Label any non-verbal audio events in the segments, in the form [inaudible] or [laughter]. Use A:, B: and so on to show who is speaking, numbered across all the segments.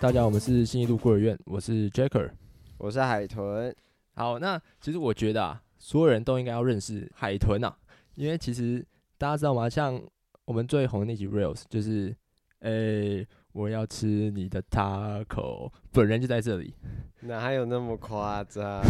A: 大家，我们是新一路孤儿院，我是 Jacker。
B: 我是海豚，
A: 好，那其实我觉得啊，所有人都应该要认识海豚啊，因为其实大家知道吗？像我们最红的那集 Reels 就是，诶、我要吃你的 taco，本人就在这里，
B: 哪有那么夸 [laughs] 张？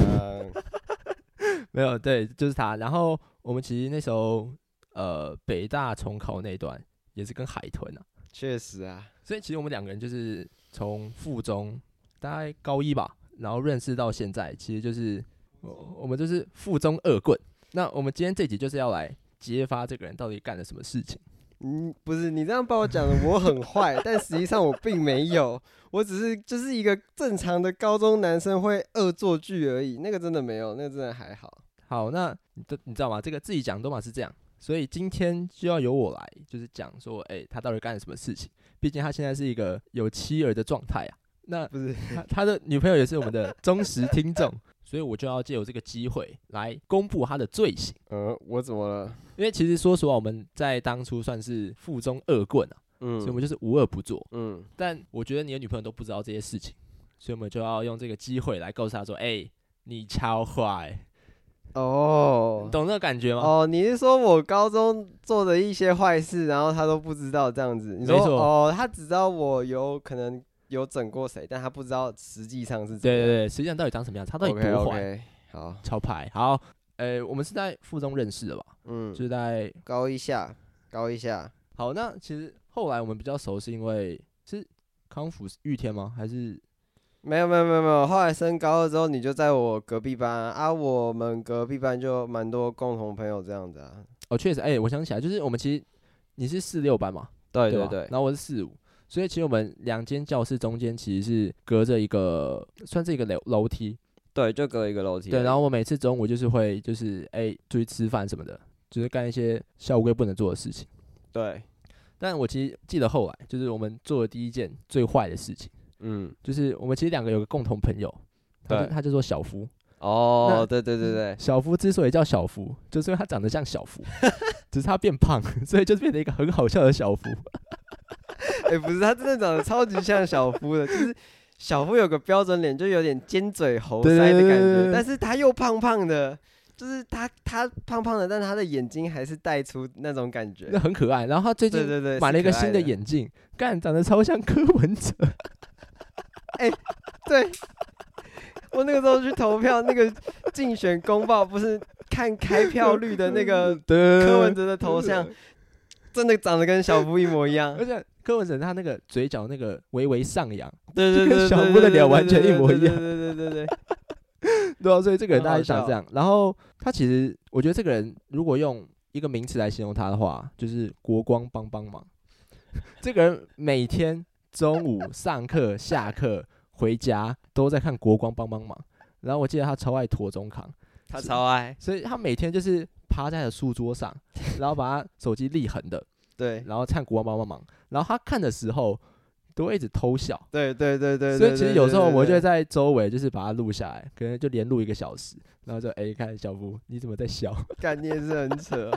A: 没有，对，就是他。然后我们其实那时候，呃，北大重考那段也是跟海豚啊，
B: 确实啊，
A: 所以其实我们两个人就是从附中大概高一吧，然后认识到现在，其实就是我我们就是附中恶棍。那我们今天这集就是要来揭发这个人到底干了什么事情。
B: 嗯，不是你这样把我讲的我很坏， [laughs] 但实际上我并没有，我只是就是一个正常的高中男生会恶作剧而已，那个真的没有，那个真的还好。
A: 好，那你都你知道吗？这个自己讲都嘛是这样，所以今天就要由我来，就是讲说，哎、他到底干了什么事情？毕竟他现在是一个有妻儿的状态啊。那
B: 不是，
A: 他他的女朋友也是我们的忠实听众，所以我就要借由这个机会来公布他的罪行。
B: 嗯，我怎么了？
A: 因为其实说实话，我们在当初算是附中恶棍啊，所以我
B: 嗯
A: 们就是无恶不作。
B: 嗯，
A: 但我觉得你的女朋友都不知道这些事情，所以我们就要用这个机会来告诉她说：“哎、你超坏，
B: 哦
A: 你，懂那个感觉吗？”
B: 哦，你是说我高中做的一些坏事，然后他都不知道这样子？你说
A: 没错
B: 哦，他只知道我有可能有整过谁，但他不知道实际上是怎
A: 对
B: 样
A: 对对，实际上到底长什么样，他到底多
B: OK
A: 坏
B: OK，好，
A: 超牌。好，呃，我们是在附中认识的吧？
B: 嗯，
A: 就是在
B: 高一下，高一下，
A: 好，那其实后来我们比较熟，是因为是康复玉天吗？还是
B: 没有没有没有没有，后来升高二之后你就在我隔壁班啊，啊我们隔壁班就蛮多共同朋友这样子啊。
A: 哦，确实，哎、我想起来，就是我们其实你是四六班嘛，
B: 对
A: 吧
B: 对，
A: 然后我是四五，所以其实我们两间教室中间其实是隔着一个算是一个楼楼梯，
B: 对，就隔一个楼梯而已。
A: 对。然后我每次中午就是会就是哎、出去吃饭什么的，就是干一些校规不能做的事情。
B: 对，
A: 但我其实记得后来就是我们做的第一件最坏的事情，
B: 嗯，
A: 就是我们其实两个有个共同朋友，他就
B: 对
A: 他就说小夫，那
B: 哦，对对对对，
A: 小夫之所以叫小夫，就是因为他长得像小夫， [laughs] 只是他变胖， [laughs] 所以就变成一个很好笑的小夫。
B: [laughs] 哎、不是，他真的长得超级像小夫的，就是小夫有个标准脸，就有点尖嘴猴
A: 对
B: 腮
A: 对
B: 的
A: 对
B: 感
A: 对
B: 觉，
A: 对
B: 但是他又胖胖的，就是他他胖胖的，但他的眼睛还是带出那种感
A: [laughs]
B: 觉
A: [laughs] 那。很可爱。然后他最
B: 对
A: 近
B: 对对，
A: 买
B: 是
A: 了一个
B: 可爱
A: 新
B: 的
A: 的，眼镜，干长得超像柯文 [laughs] 哲，
B: 对。我那个时候去投票，那个竞选公报不是看开票率的那
A: [laughs]
B: 个柯
A: 柯
B: 文哲的头像，真的长得跟小夫一模一样
A: 而。且柯文哲他那个嘴角那个微微上扬，
B: 对对
A: 就跟
B: 对，对
A: 小
B: 对
A: 夫的
B: 对
A: 脸
B: 对
A: 完
B: 对
A: 全一
B: 对
A: 模
B: 对
A: 一
B: 对
A: 样
B: 对对对对，
A: [laughs] 对啊，所以这个人
B: 很
A: 大概
B: 好
A: 长这
B: 笑
A: 样。然后他其实，我觉得这个人如果用一个名词来形容他的话，就是国光帮帮忙。 [laughs] 这个人每天中午上课、下课、回家都在看国光帮帮忙。然后我记得他超爱陀中康，
B: 他
A: 是
B: 超爱。
A: 所以他每天就是趴在他的书桌上，然后把他手机立横的，
B: 对
A: 然后看国光帮帮忙。然后他看的时候都会一直偷笑。
B: 对对对对，
A: 所以
B: 对
A: 其实
B: 对
A: 有时候
B: 对
A: 我就
B: 对
A: 会在周围，就是把它录下来，可能就连录一个小时，然后就哎、看小夫你怎么在笑？ [laughs]
B: 干你也是很扯。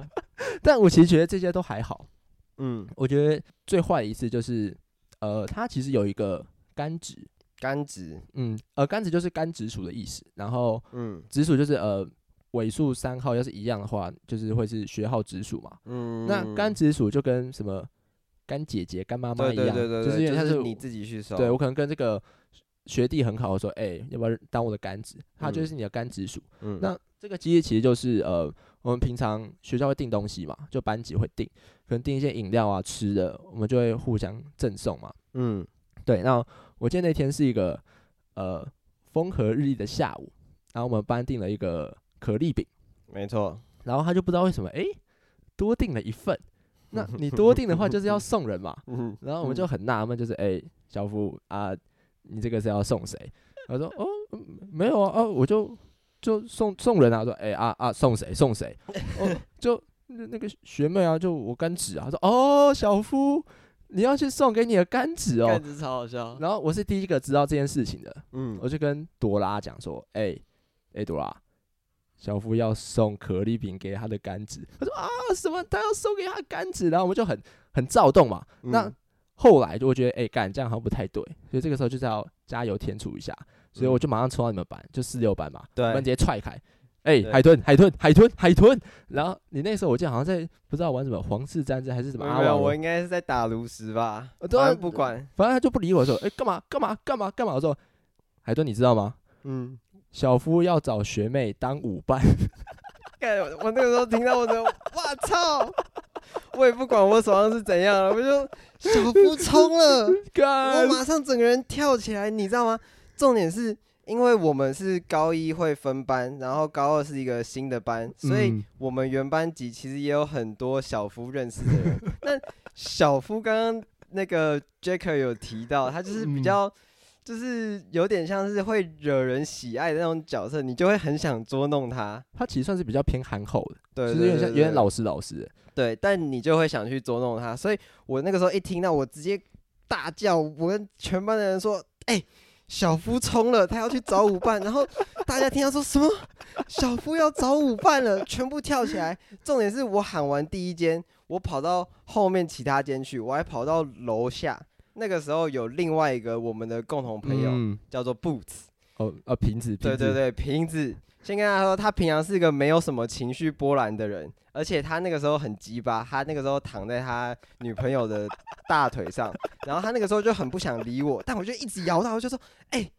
A: 但我其实觉得这些都还好。
B: 嗯，
A: 我觉得最坏的一次就是，呃，他其实有一个干职，
B: 干直，
A: 嗯，呃，干职就是干直属的意思，然后
B: 嗯
A: 直属就是呃尾数三号要是一样的话，就是会是学号直属嘛。
B: 嗯
A: 那干直属就跟什么干姐姐、干妈妈
B: 对
A: 一
B: 对
A: 样，
B: 对对，
A: 就是
B: 对
A: 有点像
B: 是
A: 是
B: 你自己去收，
A: 对我可能跟这个学弟很好，我说，哎、要不要当我的干子？他就
B: 嗯
A: 是你的干直属。
B: 嗯
A: 那这个机制其实就是呃，我们平常学校会订东西嘛，就班级会订，可能订一些饮料啊、吃的，我们就会互相赠送嘛。
B: 嗯
A: 对，那我记得那天是一个呃风和日丽的下午，然后我们班订了一个可丽饼，
B: 没错，
A: 然后他就不知道为什么，哎、多订了一
B: [laughs]
A: 份。那你多订的话就是要送人嘛，
B: 嗯
A: 然后我们就很纳闷，就是哎、欸小夫啊，你这个是要送谁？他说哦，嗯没有啊，哦、我就就送送人啊。说哎、欸啊啊，送谁送谁？哦， [laughs] 就那那个学妹啊，就我干侄啊。他说哦，小夫，你要去送给你的干侄哦
B: 干。子超好笑，
A: 然后我是第一个知道这件事情的，
B: 嗯
A: 我就跟朵拉讲说，哎、欸、哎、朵拉。小夫要送可丽饼给他的干侄，他说啊什么他要送给他的干侄，然后我们就很很躁动嘛，那
B: 嗯
A: 后来就我觉得，哎、干这样好像不太对，所以这个时候就是要加油添醋一下，所以我就马上冲到你们班，就四六班嘛，
B: 嗯对
A: 我们直接踹开，哎、
B: 对
A: 海豚，海豚，海豚，海豚。然后你那时候我记得好像在不知道玩什么皇室战争还是什么啊
B: 没
A: 阿瓦
B: 有没有，
A: 隆
B: 我应该是在打炉石吧，
A: 呃对啊
B: 反正不管，
A: 反正他就不理我说，哎、干嘛干嘛干嘛干嘛？我说，海豚，你知道吗？
B: 嗯，
A: 小夫要找学妹当舞伴， [laughs]
B: 看我我那个时候听到我的，哇操！我也不管我手上是怎样了，我就啊小夫冲 [laughs] 了，我
A: 干
B: 马上整个人跳起来，你知道吗？重点是因为我们是高一会分班，然后高二是一个新的班，所以
A: 嗯
B: 我们原班级其实也有很多小夫认识的人。 [laughs] 那小夫刚刚那个 Jacker 有提到，他就是比
A: 嗯
B: 较，就是有点像是会惹人喜爱的那种角色，你就会很想捉弄他。
A: 他其实算是比较偏憨厚的，
B: 对，
A: 其实
B: 对
A: 有点像有点。
B: 对对
A: 老实老实的。
B: 对，但你就会想去捉弄他，所以我那个时候一听到，我直接大叫，我跟全班的人说：“哎、小夫冲了，他要去找舞伴。”然后大家听到说什么小夫要找舞伴了，全部跳起来。重点是我喊完第一间，我跑到后面其他间去，我还跑到楼下。那个时候有另外一个我们的共同朋友、
A: 嗯
B: 叫做 Boots，
A: 哦啊，瓶子，瓶
B: 对
A: 子
B: 对对，瓶子。先跟他说，他平常是个没有什么情绪波澜的人，而且他那个时候很鸡巴，他那个时候躺在他女朋友的大腿上，然后他那个时候就很不想理我，但我就一直摇他，我就说：“哎、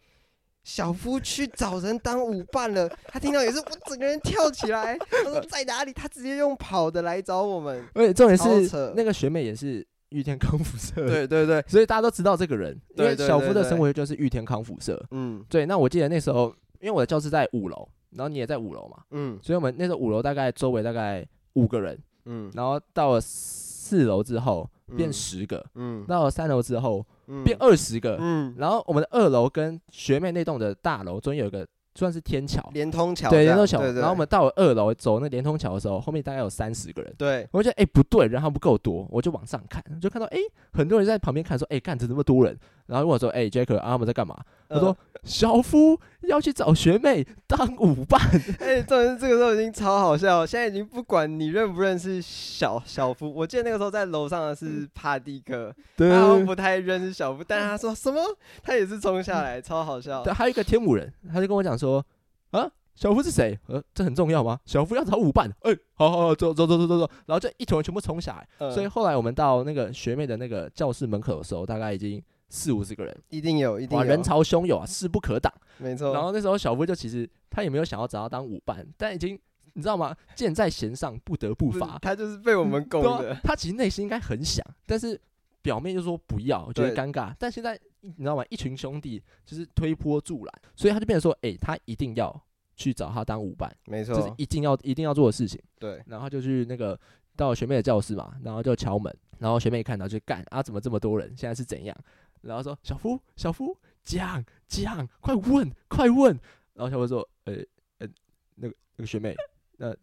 B: 小夫去找人当舞伴了。”他听到也是，我整个人跳起来，他说在哪里？他直接用跑的来找
A: [laughs]
B: 我们。
A: 而且重点
B: 超
A: 是
B: 扯
A: 那个学妹也是玉天康复社，，
B: 对对对，
A: [laughs] 所以大家都知道这个人，因
B: 对
A: 为
B: 对
A: 小
B: 对
A: 夫的
B: 对
A: 生活就是玉天康复社。
B: 嗯
A: 对，那我记得那时候，因为我的教室在五楼，然后你也在五楼嘛，
B: 嗯
A: 所以我们那时候五楼大概周围大概五个人，
B: 嗯，
A: 然后到了四楼之后变
B: 嗯
A: 十个，
B: 嗯
A: 到了三楼之后
B: 嗯
A: 变二十个，
B: 嗯
A: 然后我们的二楼跟学妹那栋的大楼中间有一个算是天桥，
B: 连通桥
A: 对
B: 这
A: 连
B: 样
A: 通桥。
B: 对对
A: 然后我们到了二楼走那连通桥的时候，后面大概有三十个人。
B: 对
A: 我就觉得哎、不对，人还不够多，我就往上看，就看到哎、很多人在旁边看说哎干、怎么那么多人，然后问我说哎、Jack 啊他们在干嘛？我
B: [laughs]
A: 说、小夫要去找学妹当舞伴，
B: 哎、重点是这个时候已经超好笑，现在已经不管你认不认识小小夫，我记得那个时候在楼上的
A: 嗯
B: 是帕蒂克，
A: 对
B: 他好像不太认识小夫，但他说什么，他也是冲下来，超好笑。
A: 嗯对，还有啊一个天母人，他就跟我讲说啊。小夫是谁？呃，这很重要吗？小夫要找舞伴。哎、好好好，走走走走走走。然后就一坨人全部冲下来，
B: 嗯
A: 所以后来我们到那个学妹的那个教室门口的时候，大概已经四五十个人，
B: 一定有，嗯一定
A: 哇，
B: 有，
A: 人潮汹涌啊，势不可挡。
B: 没错。
A: 然后那时候小夫就其实他也没有想要找他当舞伴，但已经你知道吗？箭在弦上，不得不
B: 不是
A: 发。
B: 他就是被嗯我们拱
A: 对啊
B: 的，
A: 他其实内心应该很想，但是表面就说不要，觉得
B: 对
A: 尴尬。但现在你知道吗？一群兄弟就是推波助澜，所以他就变成说，哎、他一定要去找他当舞伴，
B: 没
A: 这是
B: 错，
A: 一定要一定要做的事情。
B: 对，
A: 然后他就去那个到学妹的教室嘛，然后就敲门，然后学妹一看到就干啊，怎么这么多人？现在是怎样？然后说小夫，小夫讲讲，快问快问。然后小夫说，呃呃，那个那个学妹，那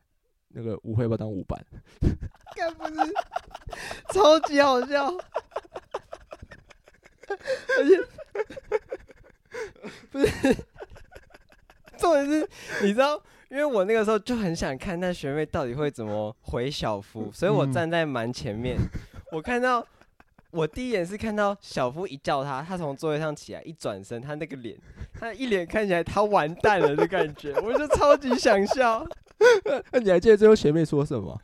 A: 那个舞会要不要当舞伴？ [laughs]
B: 该不是超级好笑，而且不是，重点是你知道，因为我那个时候就很想看那学妹到底会怎么回小夫，所以我
A: 嗯
B: 站在蛮前面，我看到。我第一眼是看到小夫一叫他，他从座位上起来，一转身，他那个脸，他一脸看起来他完蛋了的感觉，我就超级想笑。
A: 那你还记得最后学妹说什么？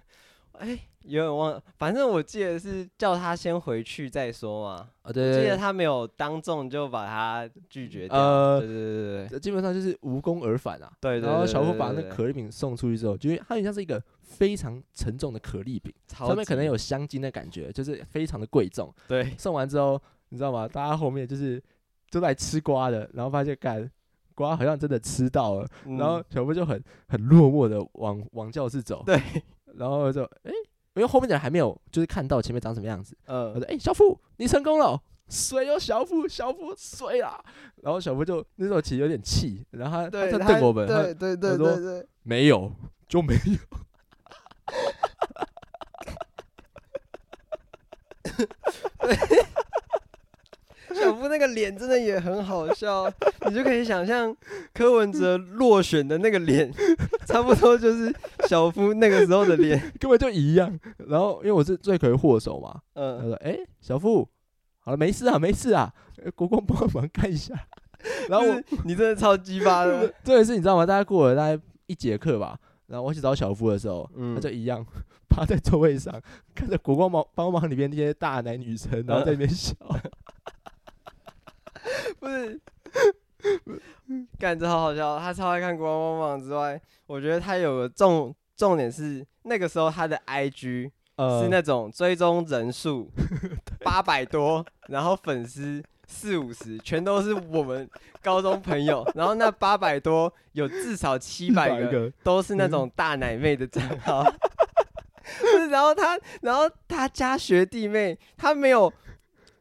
B: 哎，有点忘了，反正我记得是叫他先回去再说嘛。
A: 啊，
B: 我记得
A: 对，
B: 他没有当众就把他拒绝掉。
A: 呃
B: 哦对对对对
A: 基本上就是无功而返啊。
B: 对对。
A: 然后小
B: 对
A: 夫把那
B: 对对
A: 可丽饼送出去之后，就是它很像是一个非常沉重的可丽饼，
B: 超
A: 上面可
B: 级
A: 能有香精的感觉，就是非常的贵重。
B: 对
A: 送完之后，你知道吗？大家后面就是都来吃瓜的，然后发现干瓜好像真的吃到了，
B: 嗯
A: 然后小夫就很很落寞的往往教室走，
B: 对，
A: 然后就诶，因为后面的人还没有就是看到前面长什么样子，我
B: 嗯
A: 说诶，小夫你成功了。水哦，小夫，小夫水啦！然后小夫就那时候其实有点气，然后他
B: 对，
A: 他就
B: 他
A: 对我们，他
B: 对对对
A: 他说
B: 对对，
A: 没有就没有， [laughs]
B: 小夫那个脸真的也很好 [laughs] 笑，你就可以想象柯文哲落选的那个 [laughs] 脸，差不多就是小夫那个时候的脸。
A: 根本就一样。然后因为我是罪魁祸首嘛，他
B: 嗯，
A: 说：“哎、小付，好了，没事啊，没事啊，呃国光帮忙看一下。 [laughs] 然后我
B: 你真的超激
A: [laughs]
B: 发的，
A: 这一次你知道吗？大概过了大概一节课吧，然后我去找小夫的时候，
B: 嗯
A: 他就一样 [laughs] 趴在座位上，看着国光帮帮忙里面那些大男女生，
B: 嗯
A: 然后在那边
B: [laughs]
A: 笑。
B: 不是，干这好好笑。他超爱看国王帮忙之外，我觉得他有个重重点是，那个时候他的 IG
A: 呃， [laughs]
B: 是那种追踪人数八百多，然后粉丝。四五十全都是我们高中朋友，然后那八百多有至少七百个
A: 个，
B: 都是那种大奶妹的账号。不是然后他，然后他家学弟妹，他没有，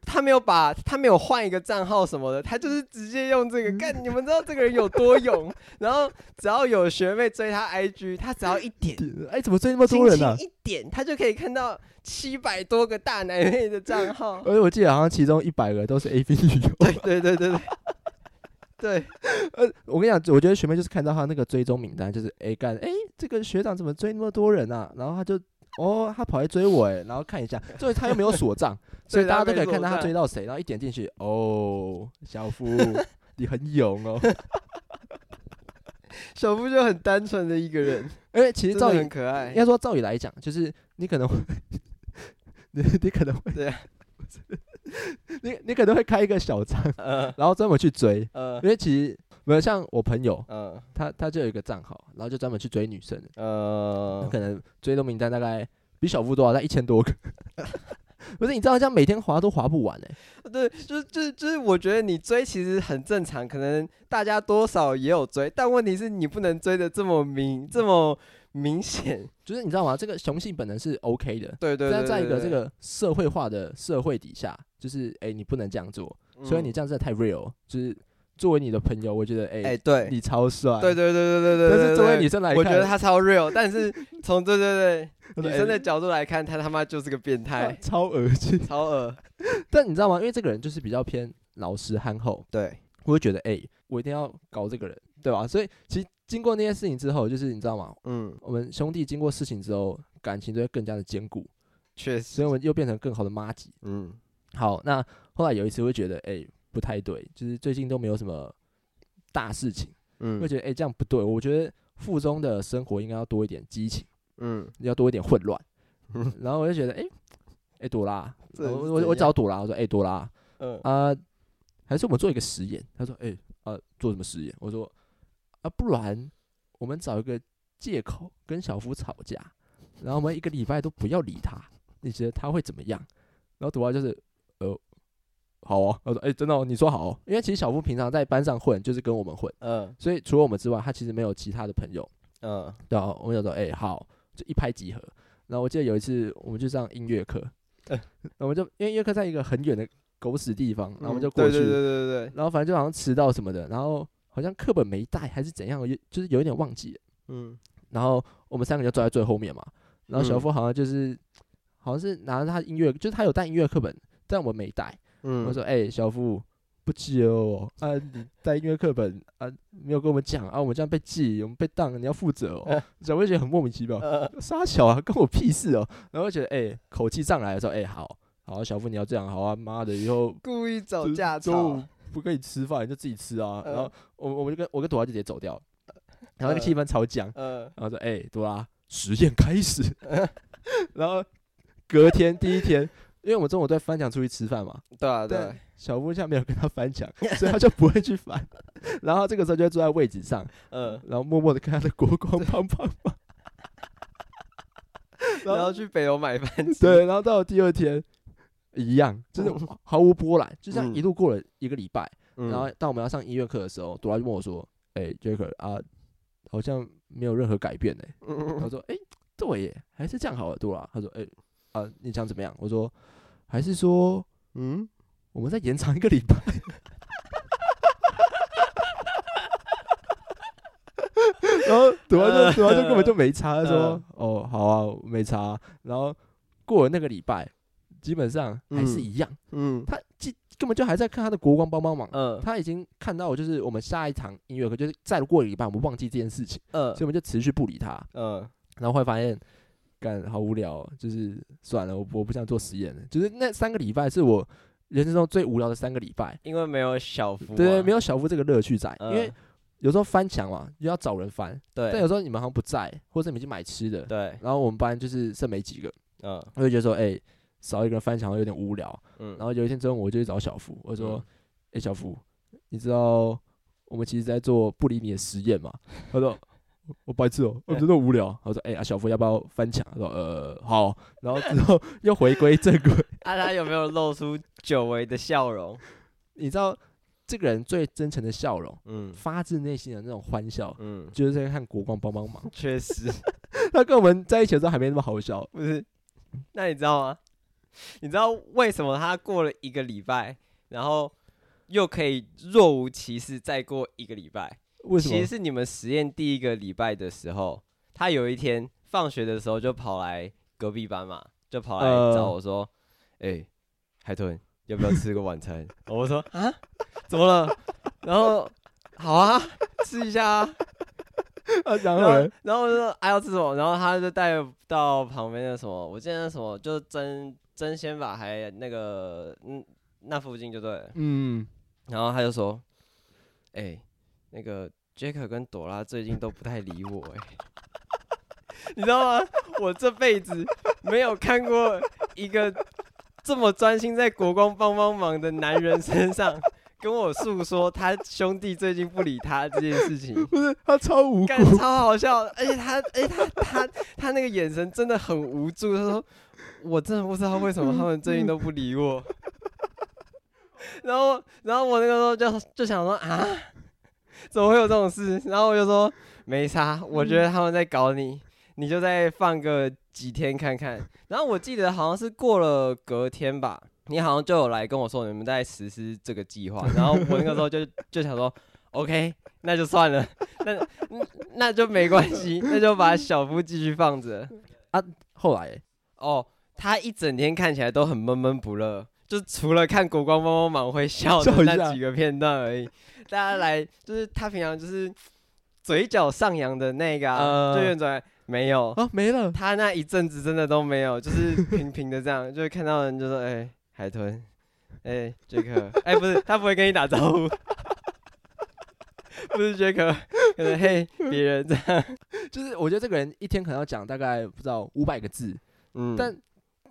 B: 他没有把，他没有换一个账号什么的，他就是直接用这个。干，你们知道这个人有多勇？然后只要有学妹追他 IG，他只要一点，
A: [laughs] 哎，怎么追那么多
B: 轻
A: 人呢、
B: 轻一点，他就可以看到七百多个大奶妹的账 [laughs] 号。
A: 而且我记得好像其中一百个都是 A B 女优。
B: 对哦对对对对，对，
A: 呃，我跟你讲，我觉得学妹就是看到她那个追踪名单，就是哎干哎这个学长怎么追那么多人啊？然后她就哦，她跑来追我哎，然后看一下，所以她又没有锁
B: [laughs]
A: 账，所以
B: 对
A: 大家
B: 她
A: 都
B: 没
A: 可以看
B: 锁
A: 到她
B: 账
A: 追到谁，然后一点进去哦，小夫你很勇
B: [laughs]
A: 哦。
B: 小夫就很单纯的一个人，
A: 因为其实
B: 真
A: 照
B: 的
A: 理
B: 很可爱
A: 应。该说照理来讲，就是你可能会 [laughs] 你你可能会
B: 对啊
A: [laughs] 你你可能会开一个小账，
B: 呃
A: 然后专门去追，
B: 呃
A: 因为其实没有像我朋友，
B: 呃
A: 他他就有一个账号，然后就专门去追女生的，那
B: 呃，
A: 可能追踪名单大概比小夫多少，在一千
B: [laughs]
A: 多个。不是，你知道这样每天划都划不完哎、
B: 对，就是就是就是，我觉得你追其实很正常，可能大家多少也有追，但问题是你不能追的这么明这么明显。
A: 就是你知道吗？这个雄性本能是 OK 的，
B: 对对对
A: 但在一
B: 对
A: 个这
B: 对
A: 个社会化的社会底下，就是哎、你不能这样做，所以你
B: 嗯
A: 这样真的太 real。就是作为你的朋友，我觉得哎、
B: 哎、对
A: 你超帅，
B: 对对对对对对，
A: 但
B: 对
A: 是作为
B: 对
A: 女生来看，
B: 我觉得他超 real，但
A: [laughs]
B: 是从对对对女生
A: 哎
B: 的哎角度来看，他他妈就是个变态，
A: 超恶心。 [laughs]
B: 超恶。
A: 但你知道吗？因为这个人就是比较偏老实憨厚，
B: 对，
A: 我会觉得哎、我一定要搞这个人，对吧？所以其实经过那些事情之后，就是你知道吗？
B: 嗯，
A: 我们兄弟经过事情之后，感情就会更加的坚固，
B: 确
A: 所
B: 实
A: 以，我们又变成更好的妈吉。
B: 嗯
A: 好，那后来有一次会觉得哎、不太对，就是最近都没有什么大事情，会
B: 嗯
A: 觉得哎、这样不对。我觉得附中的生活应该要多一点激情。
B: 嗯，
A: 要多一点混乱
B: 嗯。
A: 然后我就觉得，哎、哎、朵拉，
B: 这
A: 我
B: 人是
A: 我
B: 怎
A: 我
B: 样
A: 找朵拉，我说，哎、朵拉啊、
B: 嗯
A: 还是我们做一个实验。他说，哎、啊、做什么实验？我说，啊，不然我们找一个借口跟小夫吵架，然后我们一个礼拜都不要理他，你觉得他会怎么样？然后朵拉就是，呃。好哦，我说，哎、真的、哦，你说好、哦，因为其实小夫平常在班上混，就是跟我们混，
B: 嗯
A: 所以除了我们之外，他其实没有其他的朋友。
B: 嗯
A: 对啊，我们想说，哎、好，就一拍即合。然后我记得有一次，我们去上音乐课，
B: 呃
A: 然后我们就因为音乐课在一个很远的狗屎地方，然后我们就
B: 嗯
A: 过去，
B: 对对对对对，
A: 然后反正就好像迟到什么的，然后好像课本没带还是怎样，我就就是有一点忘记了。
B: 嗯
A: 然后我们三个就坐在最后面嘛，然后小
B: 嗯
A: 夫好像就是、好像是拿着他音乐，就是他有带音乐课本，但我没带。
B: 嗯，
A: 我说，哎、小夫。不记了哦，啊，你带音乐课本啊，没有跟我们讲啊，我们这样被记，我们被当，你要负责
B: 哎
A: 哦。小薇觉得很莫名其妙，
B: 呃，
A: 傻小啊，关我屁事哦。 [laughs] 然后觉得，哎、口气上来的时候，哎、好好，小夫你要这样，好啊，妈的，以后
B: 故意找
A: 就
B: 架
A: 中
B: 吵
A: 午，不跟你吃饭，你就自己吃啊。然
B: 呃
A: 后我我就跟我跟朵拉就直接走掉了，然后那个
B: 呃
A: 气氛超僵，
B: 嗯
A: 然后说，哎、朵拉，实验开始。然后隔天第一天，因为我们中午在翻墙出去吃饭嘛，
B: 对啊对啊
A: 但，小夫现在没有跟他翻墙， [laughs] 所以他就不会去翻。然后这个时候就会坐在位置上，
B: 嗯。
A: 然后默默的看他的国光棒棒棒。
B: 然后去北欧买饭吃。
A: 对，然后到了第二天一样，就是
B: 嗯
A: 毫无波澜，就这样
B: 嗯
A: 一路过了一个礼拜。
B: 嗯，
A: 然后当我们要上音乐课的时候，朵拉就问我说：“哎、杰 j a c k 啊，好像没有任何改变呢、
B: 嗯，
A: 他说：“哎、对耶，还是这样好了，朵拉。”他说：“哎、啊，你想怎么样？”我说：“还是说
B: 嗯，
A: 我们再延长一个礼拜。然后朵拉就朵拉就根本就没差，他说
B: 嗯
A: 哦好啊没差。然后过了那个礼拜，基本上还是一样，
B: 嗯
A: 他记根本就还在看他的国光帮帮忙。
B: 嗯
A: 他已经看到，就是我们下一堂音乐课，就是再过一个礼拜，我们忘记这件事情，
B: 嗯
A: 所以我们就持续不理他。
B: 嗯，
A: 然后会发现，干好无聊哦，就是算了，我不我不想做实验了。就是那三个礼拜是我人生中最无聊的三个礼拜。
B: 因为没有小夫、啊，
A: 对，没有小夫这个乐趣在，因
B: 嗯
A: 为有时候翻墙嘛，又要找人翻，但
B: 对
A: 有时候你们好像不在，或者你们去买吃的，
B: 对，
A: 然后我们班就是剩没几个，
B: 嗯
A: 我就觉得说，哎、少一个人翻墙有点无聊。
B: 嗯，
A: 然后有一天中午，我就去找小福，我说
B: 嗯：“
A: 哎、小福，你知道我们其实在做不理你的实验嘛？”他说：“我我白痴哦、我真的无聊。”他说：“哎、啊，小福要不要翻墙？”他说：“呃，好。”然后之
B: [laughs]
A: 后又回归正轨。
B: 啊，他有没有露出久违的笑容？
A: 你知道这个人最真诚的笑容，
B: 嗯 [laughs]
A: 发自内心的那种欢笑。
B: 嗯，
A: 就是在看国光帮帮忙，
B: [laughs] 确实
A: 他跟我们在一起的时候还没那么好笑，
B: 不是。那你知道吗？你知道为什么他过了一个礼拜，然后又可以若无其事再过一个礼拜？
A: 为什
B: 其实
A: 么？
B: 是你们实验第一个礼拜的时候，他有一天放学的时候就跑来隔壁班嘛，就跑来
A: 呃
B: 找我说：“哎、海豚，要不要吃个晚餐？” [laughs] 我说：“啊，怎么了？” [laughs] 然后好啊，吃一下
A: [laughs]
B: 啊。
A: 啊，然
B: 然
A: 后嘞
B: 后然后我就说：“哎、要吃什么？”然后他就带到旁边的什么，我记得那什么就是真真鲜吧，还那个嗯那附近就对了。
A: 嗯，
B: 然后他就说：“哎、那个杰克跟朵拉最近都不太理我、欸， [laughs] 你知道吗？我这辈子没有看过一个这么专心在国光帮帮忙的男人身上跟我诉说他兄弟最近不理他这件事情。”
A: 不是他超无辜，
B: 干超好笑的，而且他，而且他，他，他那个眼神真的很无助。他说：“我真的不知道为什么他们最近都不理我。” [laughs] 然后，然后我那个时候就就想说啊，怎么会有这种事？然后我就说没差，我觉得他们在搞你，你就再放个几天看看。然后我记得好像是过了隔天吧，你好像就有来跟我说你们在实施这个计划。然后我那个时候就就想说，OK，那就算了，那嗯那就没关系，那就把小夫继续放着。
A: 嗯后来欸
B: 哦，他一整天看起来都很闷闷不乐，就除了看《国光帮帮忙》会笑的
A: 笑一
B: 那
A: 下
B: 几个片段而已。大家来，就是他平常就是嘴角上扬的那个、啊，
A: 呃
B: 就圆转没有，
A: 啊没了，
B: 他那一阵子真的都没有，就是平平的这样，就会看到人就说：“哎、海豚，哎、杰克，哎、不是，他不会跟你打招呼。” [laughs] 不是杰克，可能嘿别人这样，
A: 就是我觉得这个人一天可能要讲大概不知道五百个字，
B: 嗯，
A: 但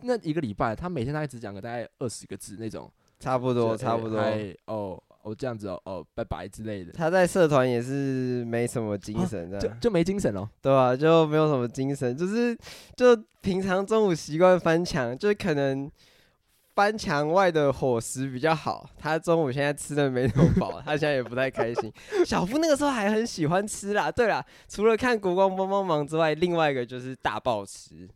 A: 那一个礼拜他每天大概只讲个大概二十个字那种，
B: 差不
A: 就
B: 多，
A: 是
B: 差
A: 欸
B: 不多。
A: 嗨哦，哦这样子哦，哦拜拜之类的，
B: 他在社团也是没什么精神的，
A: 啊就就没精神了。
B: 对吧、就没有什么精神，就是就平常中午习惯翻墙，就是可能翻墙外的伙食比较好。他中午现在吃的没那么饱，他现在也不太开心。小夫那个时候还很喜欢吃啦，对啦，除了看《国光帮帮忙》之外，另外一个就是大暴食。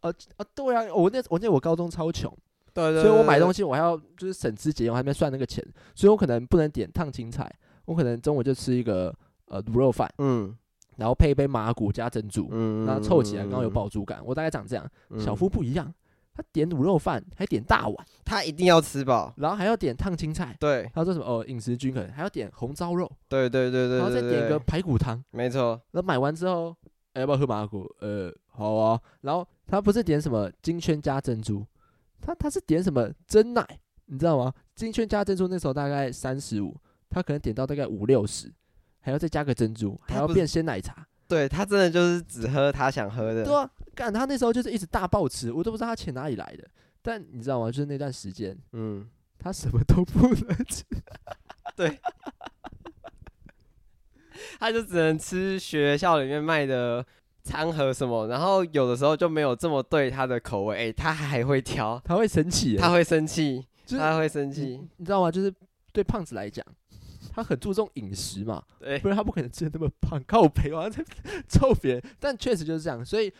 A: 啊，对啊，我那我那我高中超穷，
B: 对对
A: 所以我买东
B: 西
A: 西我还要就是省吃俭用，还没算那个钱，所以我可能不能点烫青菜，我可能中午就吃一个呃卤肉饭，
B: 嗯
A: 然后配一杯麻古加珍珠，
B: 嗯
A: 那凑起来刚好有饱足感。我大概长这样，小夫不一样。他点卤肉饭，还点大碗，
B: 他一定要吃饱，
A: 然后还要点烫青菜，
B: 对
A: 还有说什么哦饮食均衡，还要点红烧肉，
B: 对对对对
A: 然后再
B: 对
A: 点
B: 对
A: 一个排骨汤。
B: 没错，
A: 那买完之后，哎、要不要喝麻古？呃，好啊。然后他不是点什么金萱加珍珠，他他是点什么真奶，你知道吗？金萱加珍珠那时候大概三十五，他可能点到大概五六十，还要再加个珍珠，还
B: 他
A: 要
B: 不是
A: 变鲜奶茶。
B: 对他真的就是只喝他想喝的。
A: 对啊，干他那时候就是一直大暴吃，我都不知道他钱哪里来的。但你知道吗？就是那段时间，
B: 嗯。
A: 他什么都不能吃。
B: 他就只能吃学校里面卖的餐盒什么，然后有的时候就没有这么对他的口味，哎、他还会挑，
A: 他会生气耶，
B: 他会生气，
A: 就是
B: 他会生气
A: 你，你知道吗？就是对胖子来讲，他很注重饮食嘛，
B: 对，
A: 不然他不可能吃的那么胖，靠北好像在 [laughs] 臭别人。但确实就是这样，所以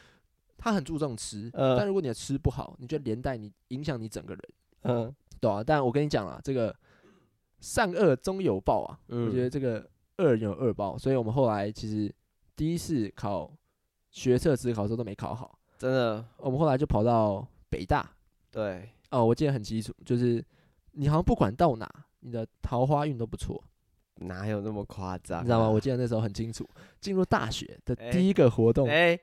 A: 他很注重吃。
B: 呃
A: 但如果你的吃不好，你就连带你影响你整个人，
B: 嗯
A: 对啊。但我跟你讲啦，这个善恶终有报啊，我觉得
B: 嗯，
A: 这个恶人有恶报，所以我们后来其实第一次考学测职考的时候都没考好，
B: 真的，
A: 我们后来就跑到北大
B: 对，
A: 哦，我记得很清楚，就是你好像不管到哪，你的桃花运都不错，
B: 哪有那么夸张、啊
A: 你知道吗？我记得那时候很清楚，进入大学的第一个活动，
B: 哎、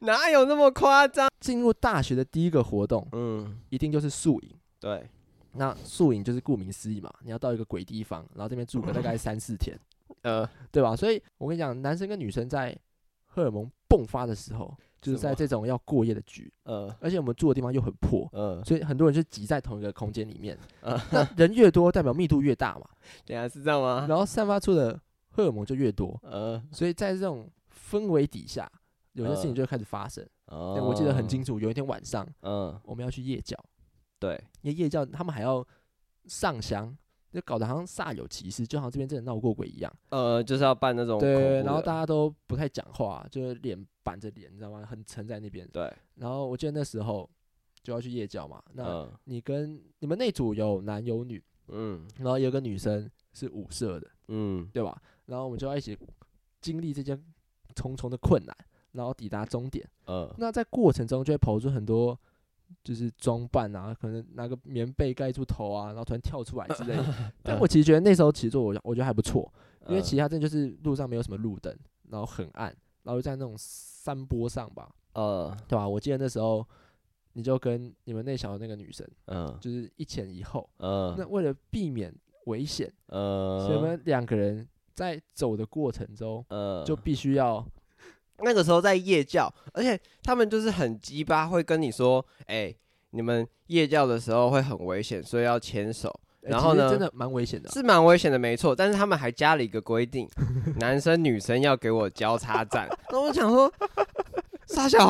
B: 哪有那么夸张？
A: 进入大学的第一个活动
B: 嗯，
A: 一定就是宿营，
B: 对，
A: 那宿营就是顾名思义嘛，你要到一个鬼地方，然后这边住个大概三四天，
B: 呃，
A: 对吧？所以我跟你讲，男生跟女生在荷尔蒙迸发的时候，就是
B: 什么
A: 在这种要过夜的局，
B: 呃，
A: 而且我们住的地方又很破，
B: 呃，
A: 所以很多人就挤在同一个空间里面
B: 啊。
A: 那人越多，代表密度越大嘛，
B: 等一下是这样吗？
A: 然后散发出的荷尔蒙就越多，
B: 呃，
A: 所以在这种氛围底下，有些事情
B: 呃
A: 就会开始发生。对
B: 哦
A: 我记得很清，楚，有一天晚上
B: 嗯，
A: 我们要去夜教，
B: 对，
A: 因为夜教他们还要上香，就搞得好像煞有其事，就好像这边真的闹过鬼一样。
B: 呃，就是要办那种恐
A: 对，
B: 怖
A: 然后
B: 的
A: 大家都不太讲话，就是脸板着脸，你知道吗？很沉在那边。
B: 对，
A: 然后我记得那时候就要去夜教嘛，那
B: 嗯
A: 你跟你们那组有男有女，
B: 嗯
A: 然后有个女生是舞社的，
B: 嗯，
A: 对吧？然后我们就要一起经历这些重重的困难，然后抵达终点。
B: 呃，
A: 那在过程中就会跑出很多就是装扮啊，可能拿个棉被盖住头啊，然后突然跳出来之类
B: [laughs]
A: 的。但我其实觉得那时候其实我我觉得还不错，因为
B: 嗯
A: 其他真的就是路上没有什么路灯，然后很暗，然后又在那种山坡上吧，
B: 呃
A: 对吧？我记得那时候你就跟你们那小的那个女生，
B: 嗯
A: 就是一前一后，
B: 嗯，
A: 那为了避免危险，
B: 呃，
A: 所以我们两个人在走的过程中
B: 呃，
A: 就必须要
B: 那个时候在夜教，而且他们就是很鸡巴，会跟你说，哎、你们夜教的时候会很危险，所以要牵手，
A: 欸
B: 然
A: 其
B: 后
A: 实
B: 呢
A: 真的蛮危险的啊、
B: 是蛮危险的，没错。但是他们还加了一个
A: [laughs]
B: 规定，男生女生要给我交叉站。那我想说，傻小，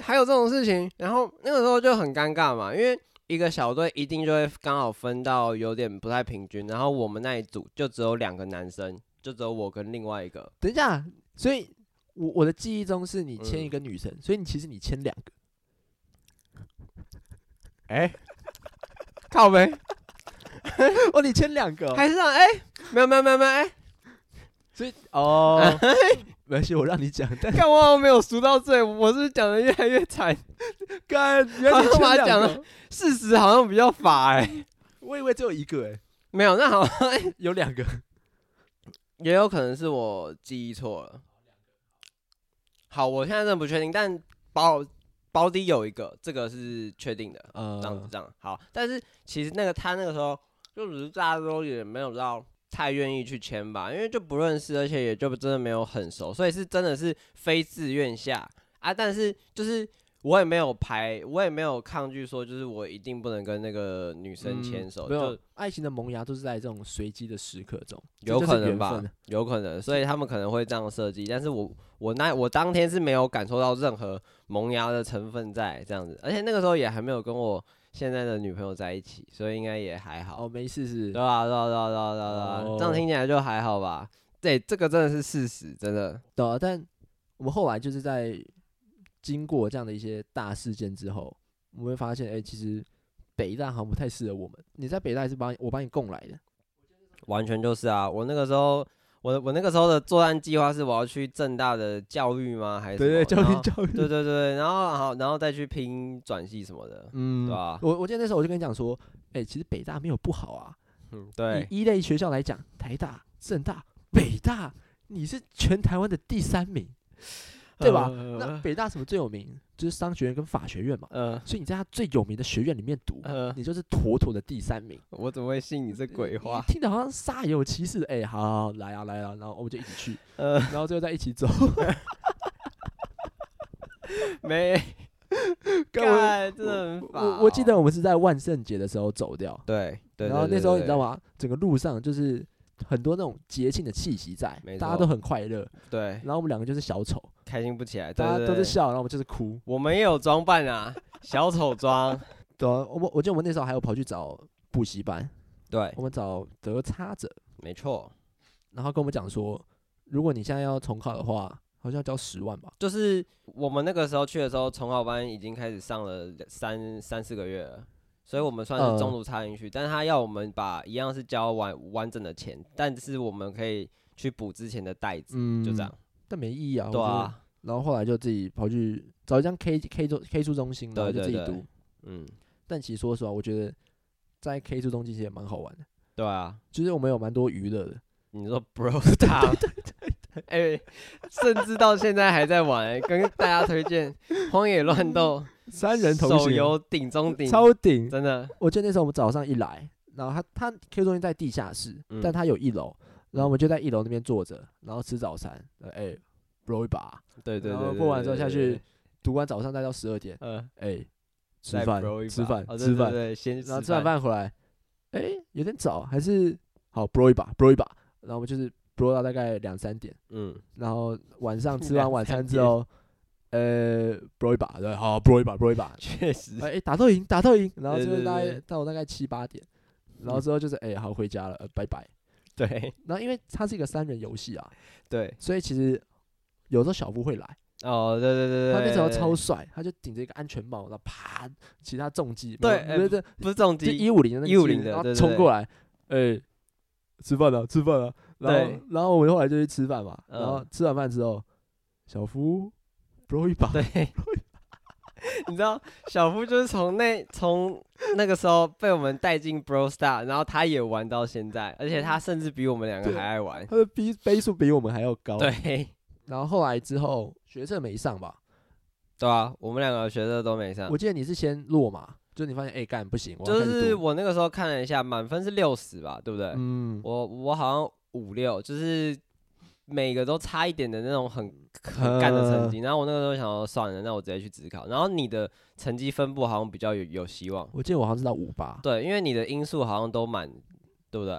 B: 还有这种事情？然后那个时候就很尴尬嘛，因为。一个小队一定就会刚好分到有点不太平均，然后我们那一组就只有两个男生，就只有我跟另外一个，
A: 等一下，所以我我的记忆中是你牵一
B: 嗯
A: 个女生，所以你其实你牵两个，
B: 哎、靠呗，
A: [laughs] 哦，你牵两个哦、
B: 还是让哎、没有没有没有没有，哎、
A: 所以哦，
B: [laughs]
A: 没事，我让你讲，但
B: 看我好像没有数到最，我是不是讲的越来越惨，
A: 干，原来你
B: 好
A: 牵
B: 像
A: 两
B: 讲
A: 个，
B: 事实好像比较法哎、
A: 我以为只有一个哎、
B: 没有，那好像
A: [laughs] 有两个，
B: 也有可能是我记忆错了。好，我现在真的不确定，但保保底有一个，这个是确定的，这样子
A: 呃，
B: 这样好。但是其实那个他那个时候就只是大家都也没有到太愿意去签吧，因为就不认识，而且也就真的没有很熟，所以是真的是非自愿下啊。但是就是我也没有排，我也没有抗拒说，就是我一定不能跟那个女生牵手，
A: 嗯没有
B: 就，
A: 爱情的萌芽都是在这种随机的时刻中，这
B: 有
A: 就是
B: 可能
A: 缘
B: 吧
A: 分，
B: 有可能，所以他们可能会这样设计，但是我我那我当天是没有感受到任何萌芽的成分在这样子，而且那个时候也还没有跟我现在的女朋友在一起，所以应该也还好，
A: 哦，没事是
B: 对，啊吧、对吧、对吧、对吧、啊对吧、
A: 哦
B: 这样听起来就还好吧？对，这个真的是事实，真的，
A: 对啊，但我们后来就是在经过这样的一些大事件之后，我们会发现，哎、其实北大好像不太适合我们。你在北大也是帮我帮你供来的，
B: 完全就是啊，我那个时候。我我那个时候的作战计划是我要去正大的教育吗？还是
A: 对对，
B: 什
A: 教
B: 么然
A: 育
B: 后
A: 教育，
B: 对对对，然后好，然后再去拼转系什么的。
A: 嗯
B: 对啊
A: 我我记得那时候我就跟你讲说，哎、其实北大没有不好啊。
B: 嗯，对，
A: 以一类学校来讲，台大、政大、北大，你是全台湾的第三名，对吧？那
B: 呃
A: 北大什么最有名？就是商学院跟法学院嘛。
B: 呃
A: 所以你在它最有名的学院里面读，
B: 呃，
A: 你就是妥妥的第三名。
B: 我怎么会信你这鬼话？
A: 听得好像煞有其事的。哎、好好好来啊来啊，然后我们就一起
B: [laughs]
A: 去，
B: 呃，
A: 然后最后再一起走。
B: 没，
A: [laughs] 干
B: 干，真的很
A: 我
B: 烦。
A: 我我记得我们是在万圣节的时候走掉，
B: 对，对对，
A: 哦然后那时候你知道
B: 吗？
A: 吗？整个路上就是很多那种节庆的气息在
B: 没，
A: 大家
B: 错
A: 都很快乐，
B: 对，
A: 然后我们两个就是小丑，
B: 开心不起来，
A: 大家
B: 对
A: 都
B: 对
A: 是
B: 对
A: 笑，然后我们就是哭。
B: 我们也有装扮啊，小丑装，
A: 对啊、我们我记得我们那时候还有跑去找补习班，
B: 对，
A: 我们找德差者，
B: 没错，
A: 然后跟我们讲说，如果你现在要重考的话，好像要交十万吧。
B: 就是我们那个时候去的时候，重考班已经开始上了三三四个月了。所以我们算是
A: 呃
B: 中途插进去，但是他要我们把一样是交完完整的钱，但是我们可以去补之前的袋子，
A: 嗯
B: 就这样，，
A: 但没意义啊。我
B: 对
A: 觉得
B: 啊，
A: 然后后来就自己跑去找一张 K K 中 K 书中心，然后就
B: 对
A: 自己
B: 对
A: 读。
B: 对嗯，
A: 但其实说实话，我觉得在 K 书中心其实也蛮好玩的，
B: 对啊，
A: 就是我们有蛮多娱乐的。
B: 你说 Bro Star，哎，甚至到现在还在玩、跟大家推荐《荒野乱斗》
A: [laughs] 三人同
B: 手
A: 行，
B: 游顶中顶，
A: 超顶。
B: 真的，
A: 我记得那时候我们早上一来，然后他他 Q 中心在地下室，
B: 嗯
A: 但他有一楼，然后我们就在一楼那边坐着，然后吃早餐，呃哎、揉一把，
B: 对对
A: 然
B: 对
A: 后
B: 对，
A: 播完之后
B: 对
A: 下，
B: 对
A: 去
B: 对
A: 读完早上再到十二点，
B: 嗯，
A: 哎、吃
B: 再
A: 饭
B: bro 一
A: 吃
B: 把
A: 饭
B: 哦对
A: 吃
B: 对
A: 饭，
B: 对，先
A: 然后吃完，饭回来，哎、有点早，还是好 bro 一把 bro 一把，然后我们就是 bro 到大概两三点，
B: 嗯，
A: 然后晚上吃
B: 两
A: 完晚
B: 三
A: 餐之
B: 点
A: 后，呃 bro 一把，对，好 bro 一把 bro 一把，
B: [laughs] 确实，
A: 哎、打到赢，打到赢，然后
B: 对
A: 就是
B: 对
A: 大
B: 对嗯
A: 概到大概七八点，然后之后就是哎、好回家了、呃拜拜。
B: 对
A: 然后因为它是一个三人游戏啊，
B: 对，
A: 所以其实有时候小夫会来，
B: 哦，对对对对，
A: 他那时候
B: 对
A: 超，帅，他就顶着一个安全帽，然后啪，其他重击，
B: 对哎
A: 没有对对，
B: 不是重
A: 就
B: 击，
A: 一五零的
B: 150
A: 然
B: 的对
A: 后
B: 对
A: 冲
B: 对
A: 过来，哎，吃饭啊了，吃饭了，然
B: 对
A: 后然后我们后来就去吃饭嘛，然后
B: 嗯
A: 吃完饭之后，小夫 bro 一把，
B: 对。 [laughs] 你知道小夫就是从那从那个时候被我们带进 Bro Star，然后他也玩到现在，而且
A: 嗯
B: 他甚至比我们两个
A: 对
B: 还爱玩。
A: 他的逼杯数比我们还要高，
B: 对
A: 然后后来之后学测没上吧，
B: 对啊，我们两个学的都没上
A: 我。记得你是先落嘛，就你发现哎干不行，我要
B: 嗯就
A: 开始
B: 是
A: 读
B: 我那个时候看了一下，满分是六十吧，对不对？
A: 嗯，
B: 我我好像五六，就是每个都差一点的那种很很
A: 呃
B: 干的成绩。然后我那个时候想说，算了，那我直接去职考。然后你的成绩分布好像比较有有希望，
A: 我记得我好像是到五八，
B: 对，因为你的因素好像都满，对不对？